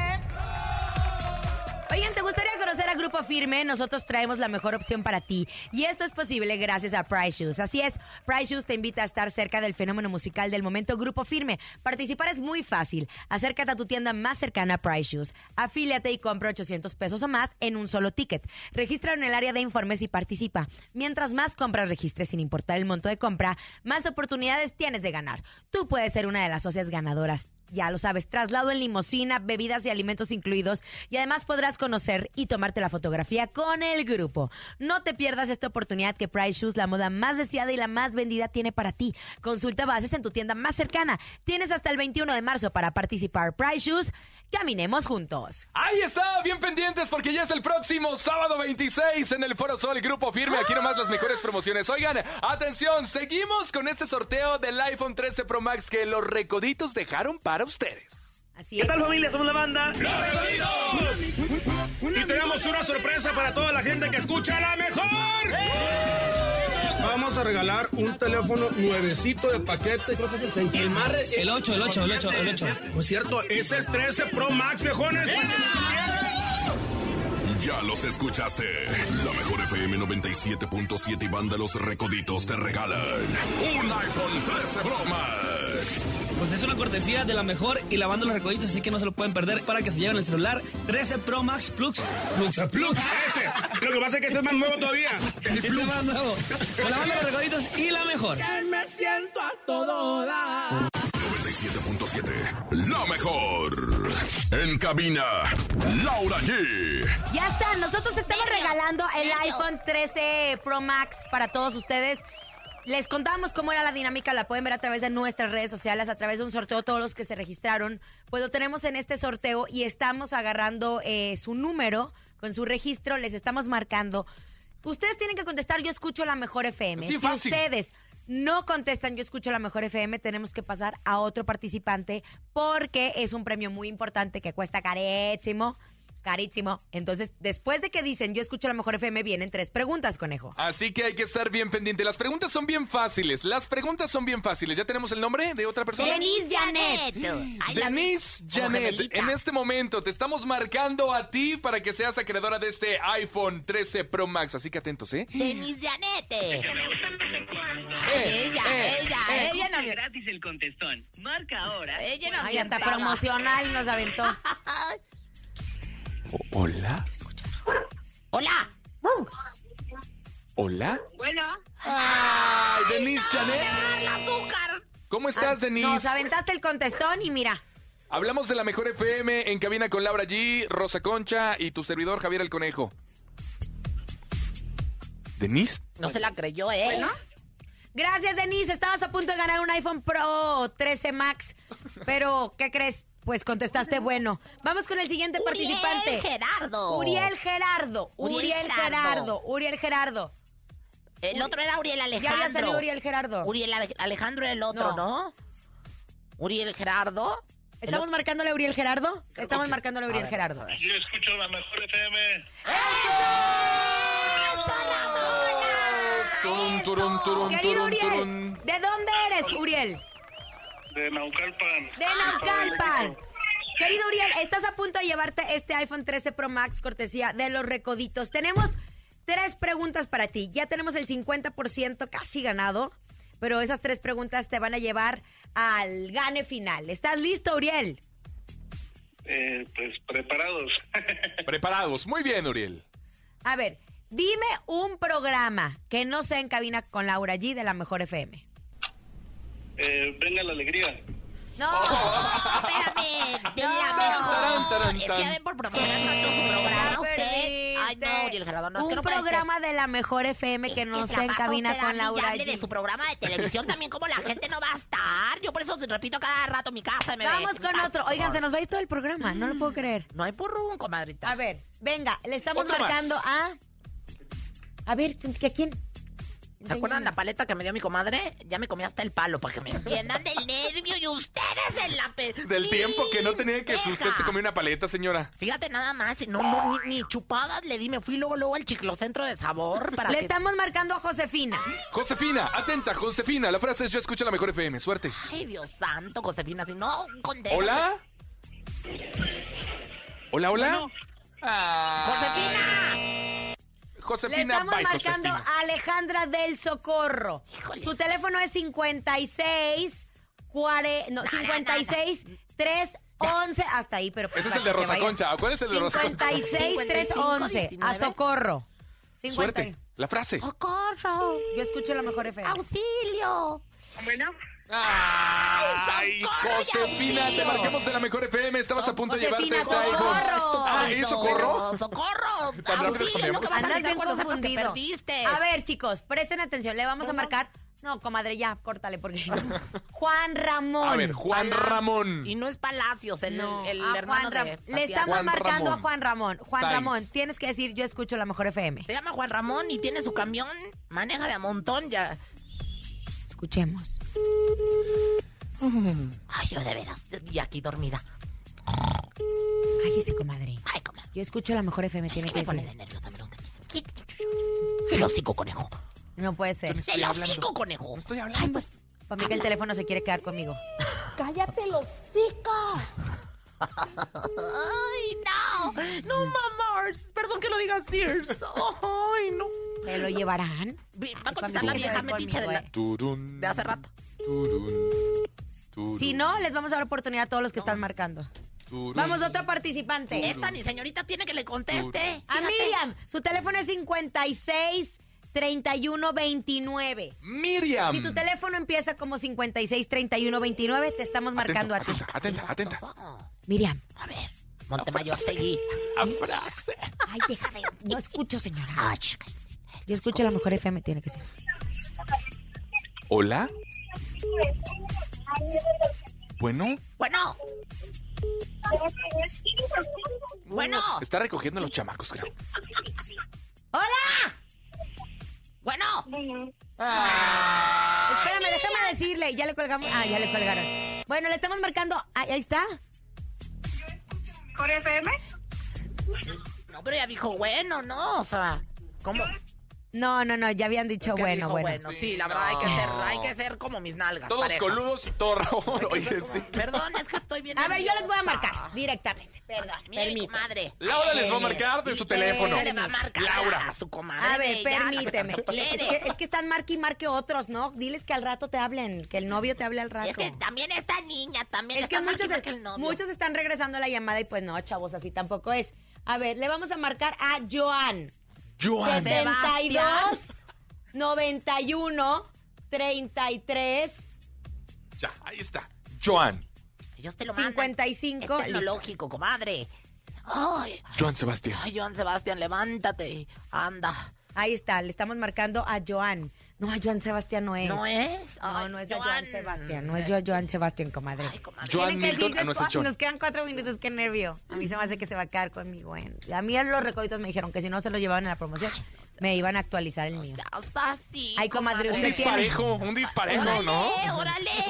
[SPEAKER 5] Oigan, ¿te gustaría conocer a Grupo Firme? Nosotros traemos la mejor opción para ti. Y esto es posible gracias a Price Shoes. Así es, Price Shoes te invita a estar cerca del fenómeno musical del momento Grupo Firme. Participar es muy fácil. Acércate a tu tienda más cercana a Price Shoes. Afíliate y compra 800 pesos o más en un solo ticket. Registra en el área de informes y participa. Mientras más compras registres sin importar el monto de compra, más oportunidades tienes de ganar. Tú puedes ser una de las socias ganadoras. Ya lo sabes, traslado en limusina, bebidas y alimentos incluidos. Y además podrás conocer y tomarte la fotografía con el grupo. No te pierdas esta oportunidad que Price Shoes, la moda más deseada y la más vendida, tiene para ti. Consulta bases en tu tienda más cercana. Tienes hasta el 21 de marzo para participar. Price Shoes, caminemos juntos.
[SPEAKER 7] Ahí está, bien pendientes porque ya es el próximo sábado 26 en el Foro Sol Grupo Firme. Aquí nomás las mejores promociones. Oigan, atención, seguimos con este sorteo del iPhone 13 Pro Max que los recoditos dejaron para ustedes.
[SPEAKER 5] Así
[SPEAKER 11] ¿Qué
[SPEAKER 5] es.
[SPEAKER 11] tal familia? Somos la banda. Y tenemos una sorpresa para toda la gente que escucha la mejor. Vamos a regalar un teléfono nuevecito de paquete, creo que es el 6. El más reciente.
[SPEAKER 12] El 8, el 8, el 8, el 8.
[SPEAKER 11] Pues cierto, es el 13 Pro Max, viejones.
[SPEAKER 8] Ya los escuchaste. La mejor FM 97.7 y banda Los Recoditos te regalan un iPhone 13 Pro Max.
[SPEAKER 12] Pues es una cortesía de la mejor y lavando los recoditos, así que no se lo pueden perder para que se lleven el celular 13 Pro Max Plus. Plus.
[SPEAKER 11] Plus, ese. Lo que pasa es que ese es más nuevo todavía. El
[SPEAKER 12] Ese
[SPEAKER 11] Plus.
[SPEAKER 12] más nuevo. Con la banda de los recoditos y la mejor.
[SPEAKER 8] 97.7. La mejor. En cabina, Laura G.
[SPEAKER 5] Ya está, nosotros estamos regalando el
[SPEAKER 6] Nervios.
[SPEAKER 5] iPhone 13 Pro Max para todos ustedes. Les contamos cómo era la dinámica, la pueden ver a través de nuestras redes sociales, a través de un sorteo, todos los que se registraron. Pues lo tenemos en este sorteo y estamos agarrando eh, su número con su registro, les estamos marcando. Ustedes tienen que contestar, yo escucho la mejor FM.
[SPEAKER 7] Sí,
[SPEAKER 5] si
[SPEAKER 7] fácil.
[SPEAKER 5] ustedes no contestan, yo escucho la mejor FM, tenemos que pasar a otro participante porque es un premio muy importante que cuesta carísimo. carísimo. Entonces, después de que dicen yo escucho la mejor FM, vienen tres preguntas, conejo.
[SPEAKER 7] Así que hay que estar bien pendiente. Las preguntas son bien fáciles. Las preguntas son bien fáciles. ¿Ya tenemos el nombre de otra persona?
[SPEAKER 6] Denise Janet. Ay, la-
[SPEAKER 7] Denise Janet,
[SPEAKER 6] gemelita.
[SPEAKER 7] en este momento te estamos marcando a ti para que seas acreedora de este iPhone 13 Pro Max. Así que atentos, ¿eh?
[SPEAKER 6] Denise Janete.
[SPEAKER 7] Ella, eh,
[SPEAKER 6] ella,
[SPEAKER 5] eh.
[SPEAKER 6] ella no.
[SPEAKER 14] Gratis el contestón. Marca ahora.
[SPEAKER 6] Ella no.
[SPEAKER 5] Ay, hasta promocional nos aventó.
[SPEAKER 7] eh. Hola,
[SPEAKER 6] Hola.
[SPEAKER 7] hola.
[SPEAKER 13] Bueno.
[SPEAKER 7] Ay, Denise Janet. ¿Cómo estás,
[SPEAKER 5] Ah,
[SPEAKER 7] Denise?
[SPEAKER 5] Nos aventaste el contestón y mira.
[SPEAKER 7] Hablamos de la mejor FM en cabina con Laura G, Rosa Concha y tu servidor Javier el Conejo. ¿Denise?
[SPEAKER 6] No se la creyó, ¿eh?
[SPEAKER 5] Gracias, Denise. Estabas a punto de ganar un iPhone Pro 13 Max. Pero, ¿qué crees? Pues contestaste bueno. Vamos con el siguiente participante.
[SPEAKER 6] Gerardo.
[SPEAKER 5] Uriel Gerardo.
[SPEAKER 6] Uriel
[SPEAKER 5] Uriel
[SPEAKER 6] Gerardo.
[SPEAKER 5] Gerardo. Uriel Gerardo.
[SPEAKER 6] El otro era Uriel
[SPEAKER 5] Ya
[SPEAKER 6] Alejandro.
[SPEAKER 5] había salido Uriel Gerardo.
[SPEAKER 6] Uriel Ale- Alejandro era el otro,
[SPEAKER 5] No.
[SPEAKER 6] ¿no? Uriel Gerardo. El
[SPEAKER 5] ¿Estamos
[SPEAKER 6] otro-
[SPEAKER 5] marcándole a Uriel Gerardo? Estamos
[SPEAKER 6] que-
[SPEAKER 5] marcándole a Uriel
[SPEAKER 6] a ver,
[SPEAKER 5] Gerardo.
[SPEAKER 14] Yo escucho la mejor FM.
[SPEAKER 7] Turun, turun, turun,
[SPEAKER 5] Querido
[SPEAKER 7] turun, turun.
[SPEAKER 5] Uriel, ¿de dónde eres, Uriel?
[SPEAKER 14] De Naucalpan.
[SPEAKER 5] De Naucalpan. Querido Uriel, estás a punto de llevarte este iPhone 13 Pro Max cortesía de los recoditos. Tenemos tres preguntas para ti. Ya tenemos el 50% casi ganado, pero esas tres preguntas te van a llevar al gane final. ¿Estás listo, Uriel?
[SPEAKER 14] Eh, pues preparados.
[SPEAKER 7] Preparados. Muy bien, Uriel.
[SPEAKER 5] A ver, dime un programa que no sea en cabina con Laura G de la Mejor FM.
[SPEAKER 14] Eh, venga la alegría.
[SPEAKER 5] No,
[SPEAKER 6] Oh. espérame, de la
[SPEAKER 7] Tarán, tarán,
[SPEAKER 6] mejor. Es que
[SPEAKER 7] tarán.
[SPEAKER 6] ya ven por promocionar tanto su programa Ah, usted.
[SPEAKER 5] perdiste.
[SPEAKER 6] Ay, no, Uriel Gerardo, no, es que
[SPEAKER 5] un
[SPEAKER 6] no puede ser.
[SPEAKER 5] programa de la Mejor FM que
[SPEAKER 6] Es
[SPEAKER 5] no
[SPEAKER 6] se
[SPEAKER 5] sea en
[SPEAKER 6] la pasa
[SPEAKER 5] cabina
[SPEAKER 6] usted
[SPEAKER 5] con
[SPEAKER 6] hablando y
[SPEAKER 5] Laura
[SPEAKER 6] hable de su
[SPEAKER 5] G.
[SPEAKER 6] programa de televisión también, como la gente no va a estar. Yo por eso te repito cada rato mi casa. me
[SPEAKER 5] Vamos con otro. Oigan, se nos va a ir todo el programa, no lo puedo
[SPEAKER 6] Mm.
[SPEAKER 5] creer.
[SPEAKER 6] No hay porrún, comadrita.
[SPEAKER 5] A ver, venga, le estamos
[SPEAKER 6] Otro más.
[SPEAKER 5] marcando a... A ver, ¿a quién?
[SPEAKER 6] ¿Se acuerdan la paleta que me dio mi comadre? Ya me comí hasta el palo para que me entiendan del nervio y ustedes en la pe-
[SPEAKER 7] Del tiempo que no tenía que
[SPEAKER 6] Deja.
[SPEAKER 7] usted se comió una paleta, señora.
[SPEAKER 6] Fíjate nada más, no, no, ni, ni chupadas le di, me fui luego, luego al chiclocentro de sabor para
[SPEAKER 5] Le
[SPEAKER 6] que...
[SPEAKER 5] estamos marcando a Josefina.
[SPEAKER 7] Josefina, atenta, Josefina. La frase es yo escucho la mejor FM. Suerte.
[SPEAKER 6] Ay, Dios santo, Josefina, si no, contesta.
[SPEAKER 7] ¿Hola? ¿Hola, hola? Ah,
[SPEAKER 5] Le
[SPEAKER 7] Josefina,
[SPEAKER 5] estamos
[SPEAKER 7] bye,
[SPEAKER 5] marcando
[SPEAKER 7] Josefina.
[SPEAKER 5] a Alejandra del Socorro. Su teléfono es 56 cuare- no, 56 311 hasta ahí, pero pues
[SPEAKER 7] Ese es el de Rosa Concha. ¿Cuál es el de Rosa Concha?
[SPEAKER 5] 56 311 a
[SPEAKER 6] 19.
[SPEAKER 5] Socorro. 50.
[SPEAKER 7] Suerte. La frase.
[SPEAKER 6] ¡Socorro!
[SPEAKER 5] Yo escucho la mejor FM.
[SPEAKER 6] ¡Auxilio!
[SPEAKER 13] Bueno.
[SPEAKER 7] Ay, Josefina, te
[SPEAKER 6] auxilio!
[SPEAKER 7] marquemos de la mejor FM. Estabas a punto de llevarte
[SPEAKER 5] Josefina,
[SPEAKER 7] este iPhone.
[SPEAKER 5] socorro.
[SPEAKER 7] Ah, ¿y socorro?
[SPEAKER 6] ¡Socorro! Ah,
[SPEAKER 7] Tan rápido
[SPEAKER 6] ¡Auxilio! es lo que
[SPEAKER 7] cambiamos.
[SPEAKER 6] vas a
[SPEAKER 5] Andas
[SPEAKER 6] gritar
[SPEAKER 5] bien
[SPEAKER 6] cuando sepas que
[SPEAKER 5] confundido.
[SPEAKER 6] perdiste.
[SPEAKER 5] A ver, chicos, presten atención. Le vamos a marcar. No, comadre, ya, córtale, porque. Juan Ramón.
[SPEAKER 7] A ver, Juan Ramón.
[SPEAKER 6] Y no es Palacios, el,
[SPEAKER 5] No,
[SPEAKER 6] el
[SPEAKER 5] a Juan
[SPEAKER 6] hermano
[SPEAKER 5] Ram-
[SPEAKER 6] de...
[SPEAKER 5] Le estamos
[SPEAKER 7] Juan
[SPEAKER 5] marcando
[SPEAKER 7] Ramón.
[SPEAKER 5] a Juan Ramón. Juan
[SPEAKER 7] Sainz.
[SPEAKER 5] Ramón, tienes que decir, yo escucho la mejor FM.
[SPEAKER 6] Se llama Juan Ramón y tiene su camión, maneja de a montón ya.
[SPEAKER 5] Escuchemos.
[SPEAKER 6] Ay, yo de veras, y aquí dormida.
[SPEAKER 5] Cállese, comadre.
[SPEAKER 6] Ay, cómo.
[SPEAKER 5] Yo escucho la mejor FM, tiene
[SPEAKER 6] Es
[SPEAKER 5] que
[SPEAKER 6] que me pone
[SPEAKER 5] decir.
[SPEAKER 6] de nervios, dame los tenis. Quít- Te lo sigo, conejo.
[SPEAKER 5] No puede ser.
[SPEAKER 6] Te lo sigo, conejo.
[SPEAKER 7] Estoy
[SPEAKER 6] Ay,
[SPEAKER 7] hablando.
[SPEAKER 6] pues,
[SPEAKER 5] Para mí que el teléfono se quiere quedar conmigo.
[SPEAKER 1] ¡Cállate los chicos!
[SPEAKER 6] Ay, no. No, mamá. Perdón que lo diga Sears. Ay, no.
[SPEAKER 5] ¿Me lo llevarán?
[SPEAKER 6] Vi- Va a
[SPEAKER 5] Para mí
[SPEAKER 6] contestar
[SPEAKER 5] sí
[SPEAKER 6] la
[SPEAKER 5] que se
[SPEAKER 6] vieja
[SPEAKER 5] quedó
[SPEAKER 6] metiche de,
[SPEAKER 5] conmigo,
[SPEAKER 6] la-
[SPEAKER 5] eh.
[SPEAKER 7] Turun,
[SPEAKER 6] de hace rato.
[SPEAKER 7] turun, turun,
[SPEAKER 5] Si no, les vamos a dar oportunidad a todos los que están marcando.
[SPEAKER 7] turun.
[SPEAKER 5] Vamos, otra participante.
[SPEAKER 6] Esta ni señorita tiene que le conteste.
[SPEAKER 5] A
[SPEAKER 6] Fíjate.
[SPEAKER 5] Miriam, su teléfono es 56 31 29.
[SPEAKER 7] Miriam.
[SPEAKER 5] Si tu teléfono empieza como 56 31 29, te estamos marcando a ti.
[SPEAKER 7] Atenta, atenta, atenta.
[SPEAKER 5] Miriam,
[SPEAKER 6] A ver, Montemayor, seguí.
[SPEAKER 7] La frase.
[SPEAKER 5] ay, deja de. No escucho, señora.
[SPEAKER 6] Ay, chica.
[SPEAKER 5] Yo escucho la mejor FM, tiene que ser.
[SPEAKER 7] ¿Hola? Bueno,
[SPEAKER 6] Bueno. Bueno,
[SPEAKER 7] está recogiendo a los chamacos, creo.
[SPEAKER 5] ¡Hola!
[SPEAKER 6] bueno.
[SPEAKER 5] Espérame, déjame decirle. Ya le colgamos. Ah, ya le colgaron. Bueno, le estamos marcando. ah, Ahí está.
[SPEAKER 13] ¿Core FM?
[SPEAKER 6] No, pero ya dijo bueno, ¿no? O sea, ¿cómo?
[SPEAKER 5] No, no, no, ya habían dicho
[SPEAKER 6] Es que
[SPEAKER 5] bueno,
[SPEAKER 6] dijo
[SPEAKER 5] bueno.
[SPEAKER 6] Sí, la verdad hay, que ser, hay que ser como mis nalgas.
[SPEAKER 7] Todos
[SPEAKER 6] parejas.
[SPEAKER 7] coludos y todo rabón. Oye, sí.
[SPEAKER 6] Perdón, es que estoy bien. A ver, yo les voy a marcar directamente. Perdón, mi madre.
[SPEAKER 7] Laura les va a marcar de su teléfono.
[SPEAKER 6] Le va a marcar
[SPEAKER 7] Laura.
[SPEAKER 6] a su comadre.
[SPEAKER 5] A ver,
[SPEAKER 6] de ella,
[SPEAKER 5] permíteme.
[SPEAKER 6] la que tanto
[SPEAKER 5] Es
[SPEAKER 6] quiere.
[SPEAKER 5] que, es que están marque y marque otros, ¿no? Diles que al rato te hablen, que el novio te hable al rato.
[SPEAKER 6] Es que también esta niña, también
[SPEAKER 5] Es que
[SPEAKER 6] está marque y
[SPEAKER 5] muchos,
[SPEAKER 6] marque el novio.
[SPEAKER 5] muchos están regresando la llamada y pues no, chavos, así tampoco es. A ver, le vamos a marcar a Joan.
[SPEAKER 7] Joan.
[SPEAKER 5] 72, 91, 33,
[SPEAKER 7] Ya, ahí está. Joan.
[SPEAKER 6] Ellos te lo mandan.
[SPEAKER 5] 55.
[SPEAKER 6] Este es lo
[SPEAKER 5] listo.
[SPEAKER 6] lógico, comadre. Ay,
[SPEAKER 7] Joan Sebastián.
[SPEAKER 6] ay, Joan Sebastián, levántate. Anda.
[SPEAKER 5] Ahí está, le estamos marcando a Joan. No, a Joan Sebastián no es.
[SPEAKER 6] ¿No es?
[SPEAKER 5] No, no es a Joan Sebastián. No es yo a Joan Sebastián, comadre.
[SPEAKER 7] Joan
[SPEAKER 5] Tienen que
[SPEAKER 7] Milton.
[SPEAKER 5] decirles
[SPEAKER 7] Ah, no, ese es
[SPEAKER 5] cua-
[SPEAKER 7] Joan.
[SPEAKER 5] Nos quedan cuatro minutos, qué nervio. A mí se me hace que se va a quedar conmigo. ¿eh? A mí los recoditos me dijeron que si no se lo llevaban a la promoción, me iban a actualizar el mío.
[SPEAKER 6] O sea, sí.
[SPEAKER 5] Ay, comadre,
[SPEAKER 7] Un
[SPEAKER 5] usted tiene...
[SPEAKER 7] disparejo, un disparejo, ¿no?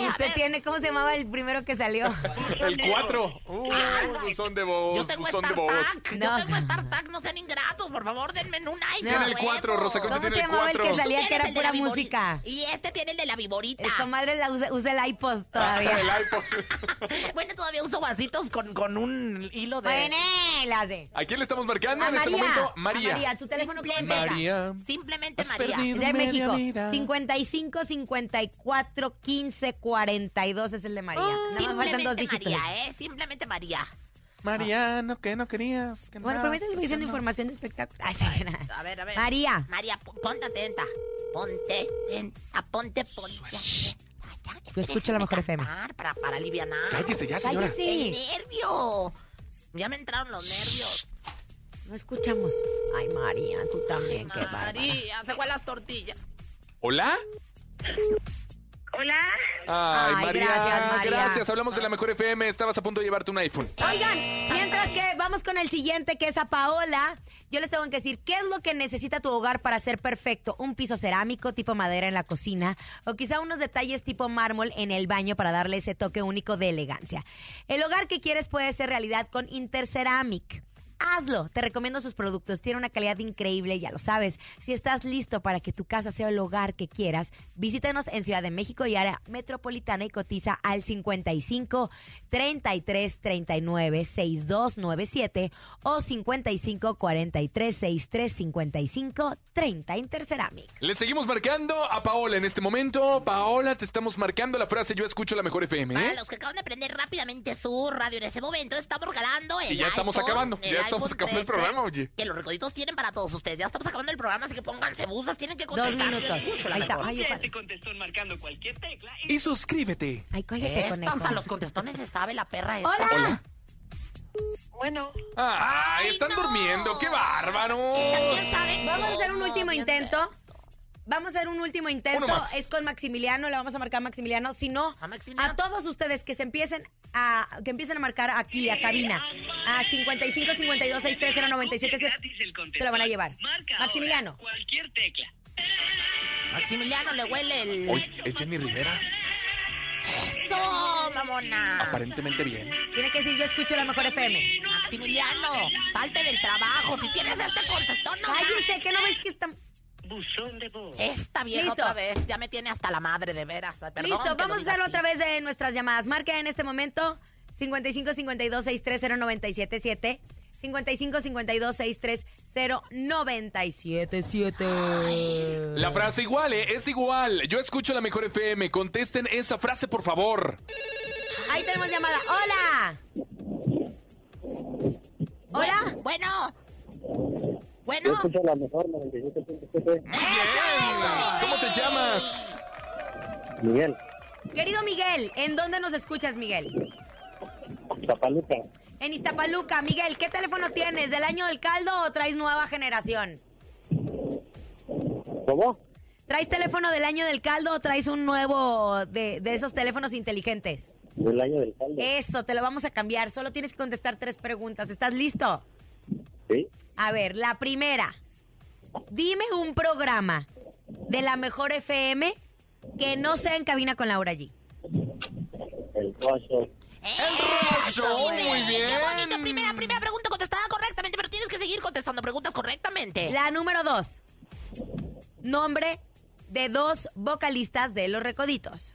[SPEAKER 5] Usted tiene, ¿cómo se llamaba el primero que salió?
[SPEAKER 7] El 4. Uh, buzón de
[SPEAKER 6] Yo
[SPEAKER 7] voz,
[SPEAKER 6] tengo
[SPEAKER 7] buzón de voz.
[SPEAKER 6] StarTac. Yo tengo StarTac. No sean ingratos. Por favor, denme un iPhone.
[SPEAKER 7] Tiene el cuatro, Rosa Concha,
[SPEAKER 5] ¿Cómo
[SPEAKER 7] tiene
[SPEAKER 5] se
[SPEAKER 7] el
[SPEAKER 5] llamaba el
[SPEAKER 7] 4.
[SPEAKER 5] que salía que era
[SPEAKER 6] de la
[SPEAKER 5] pura
[SPEAKER 6] viborita.
[SPEAKER 5] música?
[SPEAKER 6] Y este tiene el de la viborita.
[SPEAKER 5] El comadre la usa, usa el iPod todavía.
[SPEAKER 7] El iPod.
[SPEAKER 6] Bueno, todavía uso vasitos con, con un hilo de.
[SPEAKER 5] Bueno, eh, la hace.
[SPEAKER 7] ¿A quién le estamos marcando
[SPEAKER 5] A
[SPEAKER 7] en este
[SPEAKER 5] María,
[SPEAKER 7] momento?
[SPEAKER 5] a
[SPEAKER 7] María.
[SPEAKER 5] María, tu teléfono con
[SPEAKER 7] Simplemente. María.
[SPEAKER 6] Simplemente
[SPEAKER 7] Has
[SPEAKER 6] María.
[SPEAKER 7] perdido
[SPEAKER 5] de
[SPEAKER 7] media
[SPEAKER 5] México.
[SPEAKER 7] vida.
[SPEAKER 5] 55 54 15 42 es el de María. Nada más faltan dos
[SPEAKER 6] Oh, Simplemente
[SPEAKER 5] dígitos.
[SPEAKER 6] María, ¿eh? Simplemente María.
[SPEAKER 7] María, no, que no querías. que
[SPEAKER 5] Ah. Bueno,
[SPEAKER 7] no,
[SPEAKER 5] permítanme
[SPEAKER 7] eso
[SPEAKER 5] diciendo
[SPEAKER 7] no.
[SPEAKER 5] información de espectáculo. Ay, sí, nada.
[SPEAKER 6] A ver, a ver.
[SPEAKER 5] María.
[SPEAKER 6] María, pon- ponte atenta. Ponte atenta, ponte, ponte.
[SPEAKER 5] Yo escucho la mejor FM.
[SPEAKER 6] Para, para, para aliviar.
[SPEAKER 7] Cállese ya, señora.
[SPEAKER 5] Cállese.
[SPEAKER 6] El nervio. Ya me entraron los nervios.
[SPEAKER 5] No escuchamos. Ay, María, tú también, qué bárbara.
[SPEAKER 6] María, se fue las tortillas.
[SPEAKER 7] ¿Hola?
[SPEAKER 13] Hola.
[SPEAKER 7] Ay,
[SPEAKER 5] Ay,
[SPEAKER 7] María,
[SPEAKER 5] gracias, María.
[SPEAKER 7] gracias. Hablamos de la mejor FM. Estabas a punto de llevarte un iPhone.
[SPEAKER 5] Oigan, mientras que vamos con el siguiente, que es a Paola, yo les tengo que decir, ¿qué es lo que necesita tu hogar para ser perfecto? Un piso cerámico tipo madera en la cocina o quizá unos detalles tipo mármol en el baño para darle ese toque único de elegancia. El hogar que quieres puede ser realidad con Interceramic. Hazlo, te recomiendo sus productos, tiene una calidad increíble, ya lo sabes. Si estás listo para que tu casa sea el hogar que quieras, visítanos en Ciudad de México y área metropolitana y cotiza al 55 33 39 6297 o 55 43 63 55 30 Interceramic.
[SPEAKER 7] Le seguimos marcando a Paola en este momento. Paola, te estamos marcando la frase Yo escucho la mejor FM. ¿eh?
[SPEAKER 6] Para los que acaban de prender rápidamente su radio en ese momento, estamos regalando el
[SPEAKER 7] Sí, ya estamos
[SPEAKER 6] iPhone,
[SPEAKER 7] acabando.
[SPEAKER 6] el
[SPEAKER 7] Ya
[SPEAKER 6] iPhone
[SPEAKER 7] estamos acabando
[SPEAKER 6] 13,
[SPEAKER 7] el programa, oye.
[SPEAKER 6] Que los recoditos tienen para todos ustedes. Ya estamos acabando el programa, así que pónganse busas, tienen que
[SPEAKER 5] Dos
[SPEAKER 6] contestar.
[SPEAKER 5] minutos. Ahí está. Ay, ojalá.
[SPEAKER 7] Y suscríbete.
[SPEAKER 5] Ay, cállate,
[SPEAKER 6] Esta
[SPEAKER 5] conejo.
[SPEAKER 6] hasta los contestones se sabe la perra esta.
[SPEAKER 5] Hola.
[SPEAKER 13] Bueno.
[SPEAKER 7] Ah, están durmiendo. ¡Qué bárbaros!
[SPEAKER 6] ¿Quién sabe?
[SPEAKER 5] Vamos a hacer un
[SPEAKER 6] cómo?
[SPEAKER 5] último
[SPEAKER 6] ¿Quién
[SPEAKER 5] intento. Vamos a hacer un último intento.
[SPEAKER 7] Uno más.
[SPEAKER 5] Es con Maximiliano, le vamos a marcar a Maximiliano. Si no,
[SPEAKER 6] A Maximiliano.
[SPEAKER 5] a todos ustedes que se empiecen a que empiecen a marcar aquí a cabina a 55 52 630 97 se lo van a llevar. Maximiliano.
[SPEAKER 6] sabe? Maximiliano le huele el.
[SPEAKER 7] Hoy es Jenny Rivera.
[SPEAKER 6] ¡Eso, mamona!
[SPEAKER 7] Aparentemente bien.
[SPEAKER 5] Tiene que decir yo escucho la mejor FM.
[SPEAKER 6] Maximiliano, salte del trabajo. Si tienes este contestón, no más.
[SPEAKER 5] Cállense, que no ves que está
[SPEAKER 13] Buzón de voz.
[SPEAKER 6] Esta vieja
[SPEAKER 5] Listo.
[SPEAKER 6] otra vez ya me tiene hasta la madre de veras. Perdón que
[SPEAKER 5] Listo,
[SPEAKER 6] lo
[SPEAKER 5] vamos a
[SPEAKER 6] diga
[SPEAKER 5] hacerlo
[SPEAKER 6] así.
[SPEAKER 5] otra vez de nuestras llamadas. Marca en este momento 55 52 630 977 55 52 630 977
[SPEAKER 7] La frase igual, ¿eh? Es igual. Yo escucho la mejor FM. Contesten esa frase, por favor.
[SPEAKER 5] Ahí tenemos llamada. Hola. Hola.
[SPEAKER 6] Bueno.
[SPEAKER 9] Yo
[SPEAKER 6] Bueno.
[SPEAKER 9] escucho la mejor 97.7.
[SPEAKER 7] Bien. ¿Cómo te llamas?
[SPEAKER 9] Miguel,
[SPEAKER 5] Querido Miguel, ¿en dónde nos escuchas, Miguel?
[SPEAKER 9] Zapaluca,
[SPEAKER 5] En Iztapaluca. Miguel, ¿qué teléfono tienes? ¿Del año del caldo o traes nueva generación?
[SPEAKER 9] ¿cómo?
[SPEAKER 5] ¿Traes teléfono del año del caldo o traes un nuevo de, de esos teléfonos inteligentes?
[SPEAKER 9] Del año del caldo.
[SPEAKER 5] Eso, te lo vamos a cambiar. Solo tienes que contestar tres preguntas. ¿Estás listo?
[SPEAKER 9] Sí,
[SPEAKER 5] A ver, la primera. Dime un programa de la mejor FM que no sea en cabina con Laura G.
[SPEAKER 9] el coche.
[SPEAKER 6] ¡El
[SPEAKER 7] rollo, muy bien.
[SPEAKER 6] ¡Qué bonito! Primera, primera pregunta contestada correctamente, pero tienes que seguir cuando preguntas correctamente.
[SPEAKER 5] La número dos. Nombre de dos vocalistas de Los Recoditos.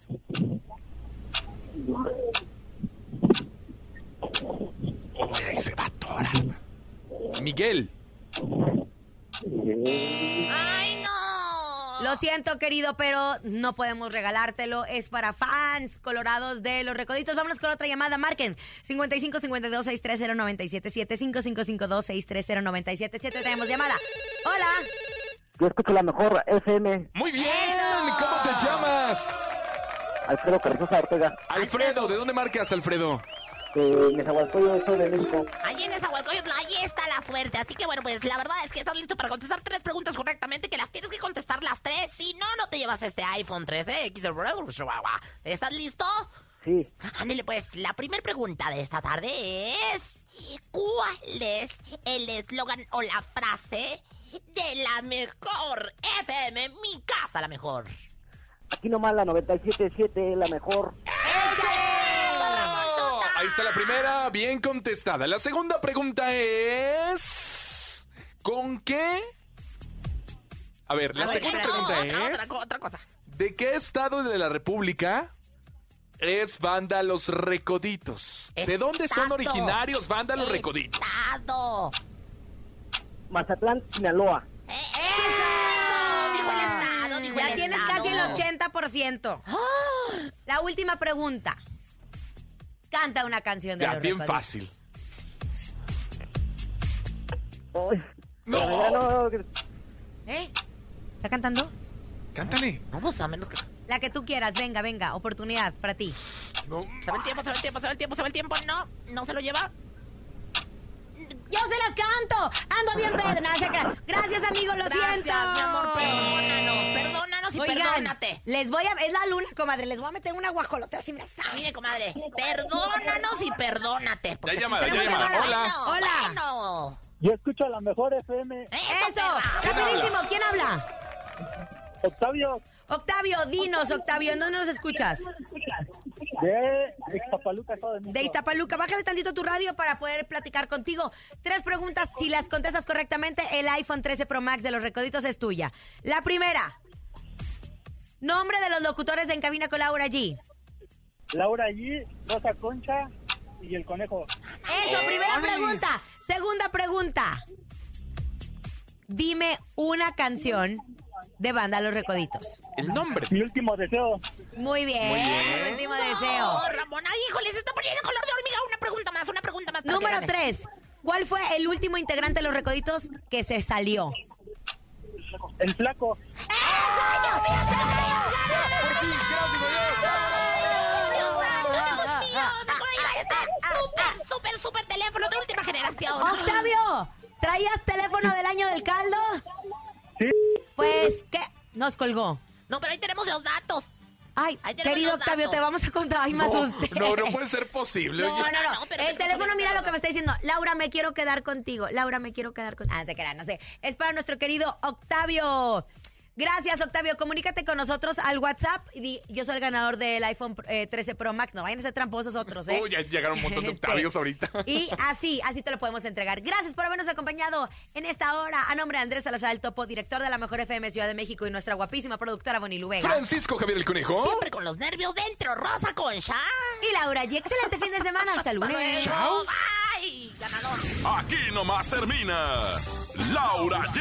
[SPEAKER 7] Ay, se va Tora. Miguel.
[SPEAKER 6] ¡Ay, no!
[SPEAKER 5] Lo siento, querido, pero no podemos regalártelo. Es para fans colorados de Los Recoditos. Vámonos con otra llamada. Marquen 5552-630977. 5552-630977. Tenemos llamada. Hola.
[SPEAKER 9] Yo escucho la mejor FM.
[SPEAKER 7] Muy bien. ¿Cómo te llamas?
[SPEAKER 9] Alfredo Carrizosa Ortega.
[SPEAKER 7] Alfredo, ¿de dónde marcas, Alfredo?
[SPEAKER 9] De Nezahualcóyotl, soy de México.
[SPEAKER 6] Allí en Nezahualcóyotl, ahí está la suerte. Así que bueno, pues la verdad es que estás listo para contestar tres preguntas correctamente, que las tienes que contestar las tres. Si no, no te llevas este iPhone 13 X. ¿Estás listo?
[SPEAKER 9] Sí.
[SPEAKER 6] Ándale, pues, la primera pregunta de esta tarde es... ¿Cuál es el eslogan o la frase de la mejor FM, mi casa la mejor?
[SPEAKER 9] Aquí nomás la 97.7 es la mejor.
[SPEAKER 7] Ahí está la primera, bien contestada. La segunda pregunta es... ¿Con qué? A ver, la
[SPEAKER 6] A ver,
[SPEAKER 7] segunda
[SPEAKER 6] espérate.
[SPEAKER 7] pregunta
[SPEAKER 6] Otra,
[SPEAKER 7] es...
[SPEAKER 6] otra co- otra cosa.
[SPEAKER 7] ¿De qué estado de la República es Banda Los Recoditos? ¿De dónde son
[SPEAKER 6] Estado.
[SPEAKER 7] originarios Banda Los Recoditos?
[SPEAKER 6] Estado.
[SPEAKER 9] Mazatlán, Sinaloa.
[SPEAKER 6] Dijo el Estado, dijo
[SPEAKER 5] Ya
[SPEAKER 6] el
[SPEAKER 5] tienes
[SPEAKER 6] Estado.
[SPEAKER 5] casi el 80%. La última pregunta. Canta una canción de
[SPEAKER 7] Ya,
[SPEAKER 5] Los
[SPEAKER 7] bien
[SPEAKER 5] Recoditos.
[SPEAKER 7] fácil.
[SPEAKER 9] No,
[SPEAKER 5] ¿Eh? ¿Está cantando?
[SPEAKER 7] Cántale.
[SPEAKER 6] Vamos pues, a menos que...
[SPEAKER 5] La que tú quieras, venga, venga, oportunidad para ti.
[SPEAKER 6] Se va el tiempo, se va el tiempo, se va el tiempo, se va el tiempo. No, no se lo lleva.
[SPEAKER 5] ¡Yo se las canto! ¡Ando bien, Pedro! Nada, se crean. Gracias, amigos, lo
[SPEAKER 6] Gracias,
[SPEAKER 5] siento.
[SPEAKER 6] mi amor, perdónanos, perdónanos y
[SPEAKER 5] Oigan,
[SPEAKER 6] perdónate.
[SPEAKER 5] Les voy a. Es la luna, comadre. Les voy a meter una guajolota así, mira.
[SPEAKER 6] Ah, Mire, comadre, perdónanos y perdónate. porque si
[SPEAKER 7] llamada, ya
[SPEAKER 6] tenemos
[SPEAKER 7] llamada.
[SPEAKER 6] llamada,
[SPEAKER 5] Hola.
[SPEAKER 6] bueno,
[SPEAKER 5] Hola.
[SPEAKER 6] bueno.
[SPEAKER 9] Yo escucho la mejor FM.
[SPEAKER 5] ¡Eso! ¡Rapidísimo! ¿Quién habla?
[SPEAKER 9] Octavio,
[SPEAKER 5] Octavio, dinos, Octavio, ¿en dónde nos escuchas?
[SPEAKER 9] de Ixtapaluca, Estado de México.
[SPEAKER 5] De Iztapaluca. Bájale tantito tu radio para poder platicar contigo. Tres preguntas. Si las contestas correctamente, el iPhone 13 Pro Max de los Recoditos es tuya. La primera. Nombre de los locutores de En Cabina con Laura G.
[SPEAKER 9] Laura allí, Rosa Concha y el conejo.
[SPEAKER 5] Eso, primera pregunta. Segunda pregunta. Dime una canción de banda Los Recoditos.
[SPEAKER 7] El nombre.
[SPEAKER 9] Mi último deseo.
[SPEAKER 5] Muy bien. el Último deseo.
[SPEAKER 6] No, Ramona, híjole, se está poniendo color de hormiga. Una pregunta más, una pregunta más. para que
[SPEAKER 5] Número
[SPEAKER 6] ganes.
[SPEAKER 5] tres. ¿Cuál fue el último integrante de Los Recoditos que se salió?
[SPEAKER 9] El flaco.
[SPEAKER 6] Dios mío, ¿te acuerdas de este súper, súper, súper teléfono de última generación?
[SPEAKER 5] Octavio, ¿traías teléfono del año del caldo? Pues, ¿qué? Nos colgó.
[SPEAKER 6] No, pero ahí tenemos los datos.
[SPEAKER 5] Ay,
[SPEAKER 6] Ahí tenemos
[SPEAKER 5] querido
[SPEAKER 6] los
[SPEAKER 5] Octavio,
[SPEAKER 6] datos.
[SPEAKER 5] te vamos a contar. Ay, me asusté.
[SPEAKER 7] No, no puede ser posible.
[SPEAKER 5] No, no,
[SPEAKER 7] oye.
[SPEAKER 5] no.
[SPEAKER 6] no, pero
[SPEAKER 5] el
[SPEAKER 6] tenemos
[SPEAKER 5] teléfono,
[SPEAKER 6] ahorita
[SPEAKER 5] mira lo
[SPEAKER 6] los
[SPEAKER 5] que me está diciendo. Laura, me quiero quedar contigo. Laura, me quiero quedar contigo. Ah, se queda, no sé. Es para nuestro querido Octavio. Gracias, Octavio. Comunícate con nosotros al WhatsApp. Y di- yo soy el ganador del iPhone eh, 13 Pro Max. No vayan a ser tramposos otros, ¿eh?
[SPEAKER 7] Oh, ya llegaron un montón de
[SPEAKER 5] Este,
[SPEAKER 7] Octavios ahorita.
[SPEAKER 5] Y así, así te lo podemos entregar. Gracias por habernos acompañado en esta hora. A nombre de Andrés Salazar, el topo, director de la Mejor FM Ciudad de México y nuestra guapísima productora Bonnie Vega.
[SPEAKER 7] Francisco Javier el Conejo.
[SPEAKER 6] Siempre con los nervios dentro, Rosa Concha.
[SPEAKER 5] Y Laura G. Excelente fin de semana. Hasta el lunes.
[SPEAKER 6] Chao. Bye, ganador.
[SPEAKER 8] Aquí nomás termina Laura G,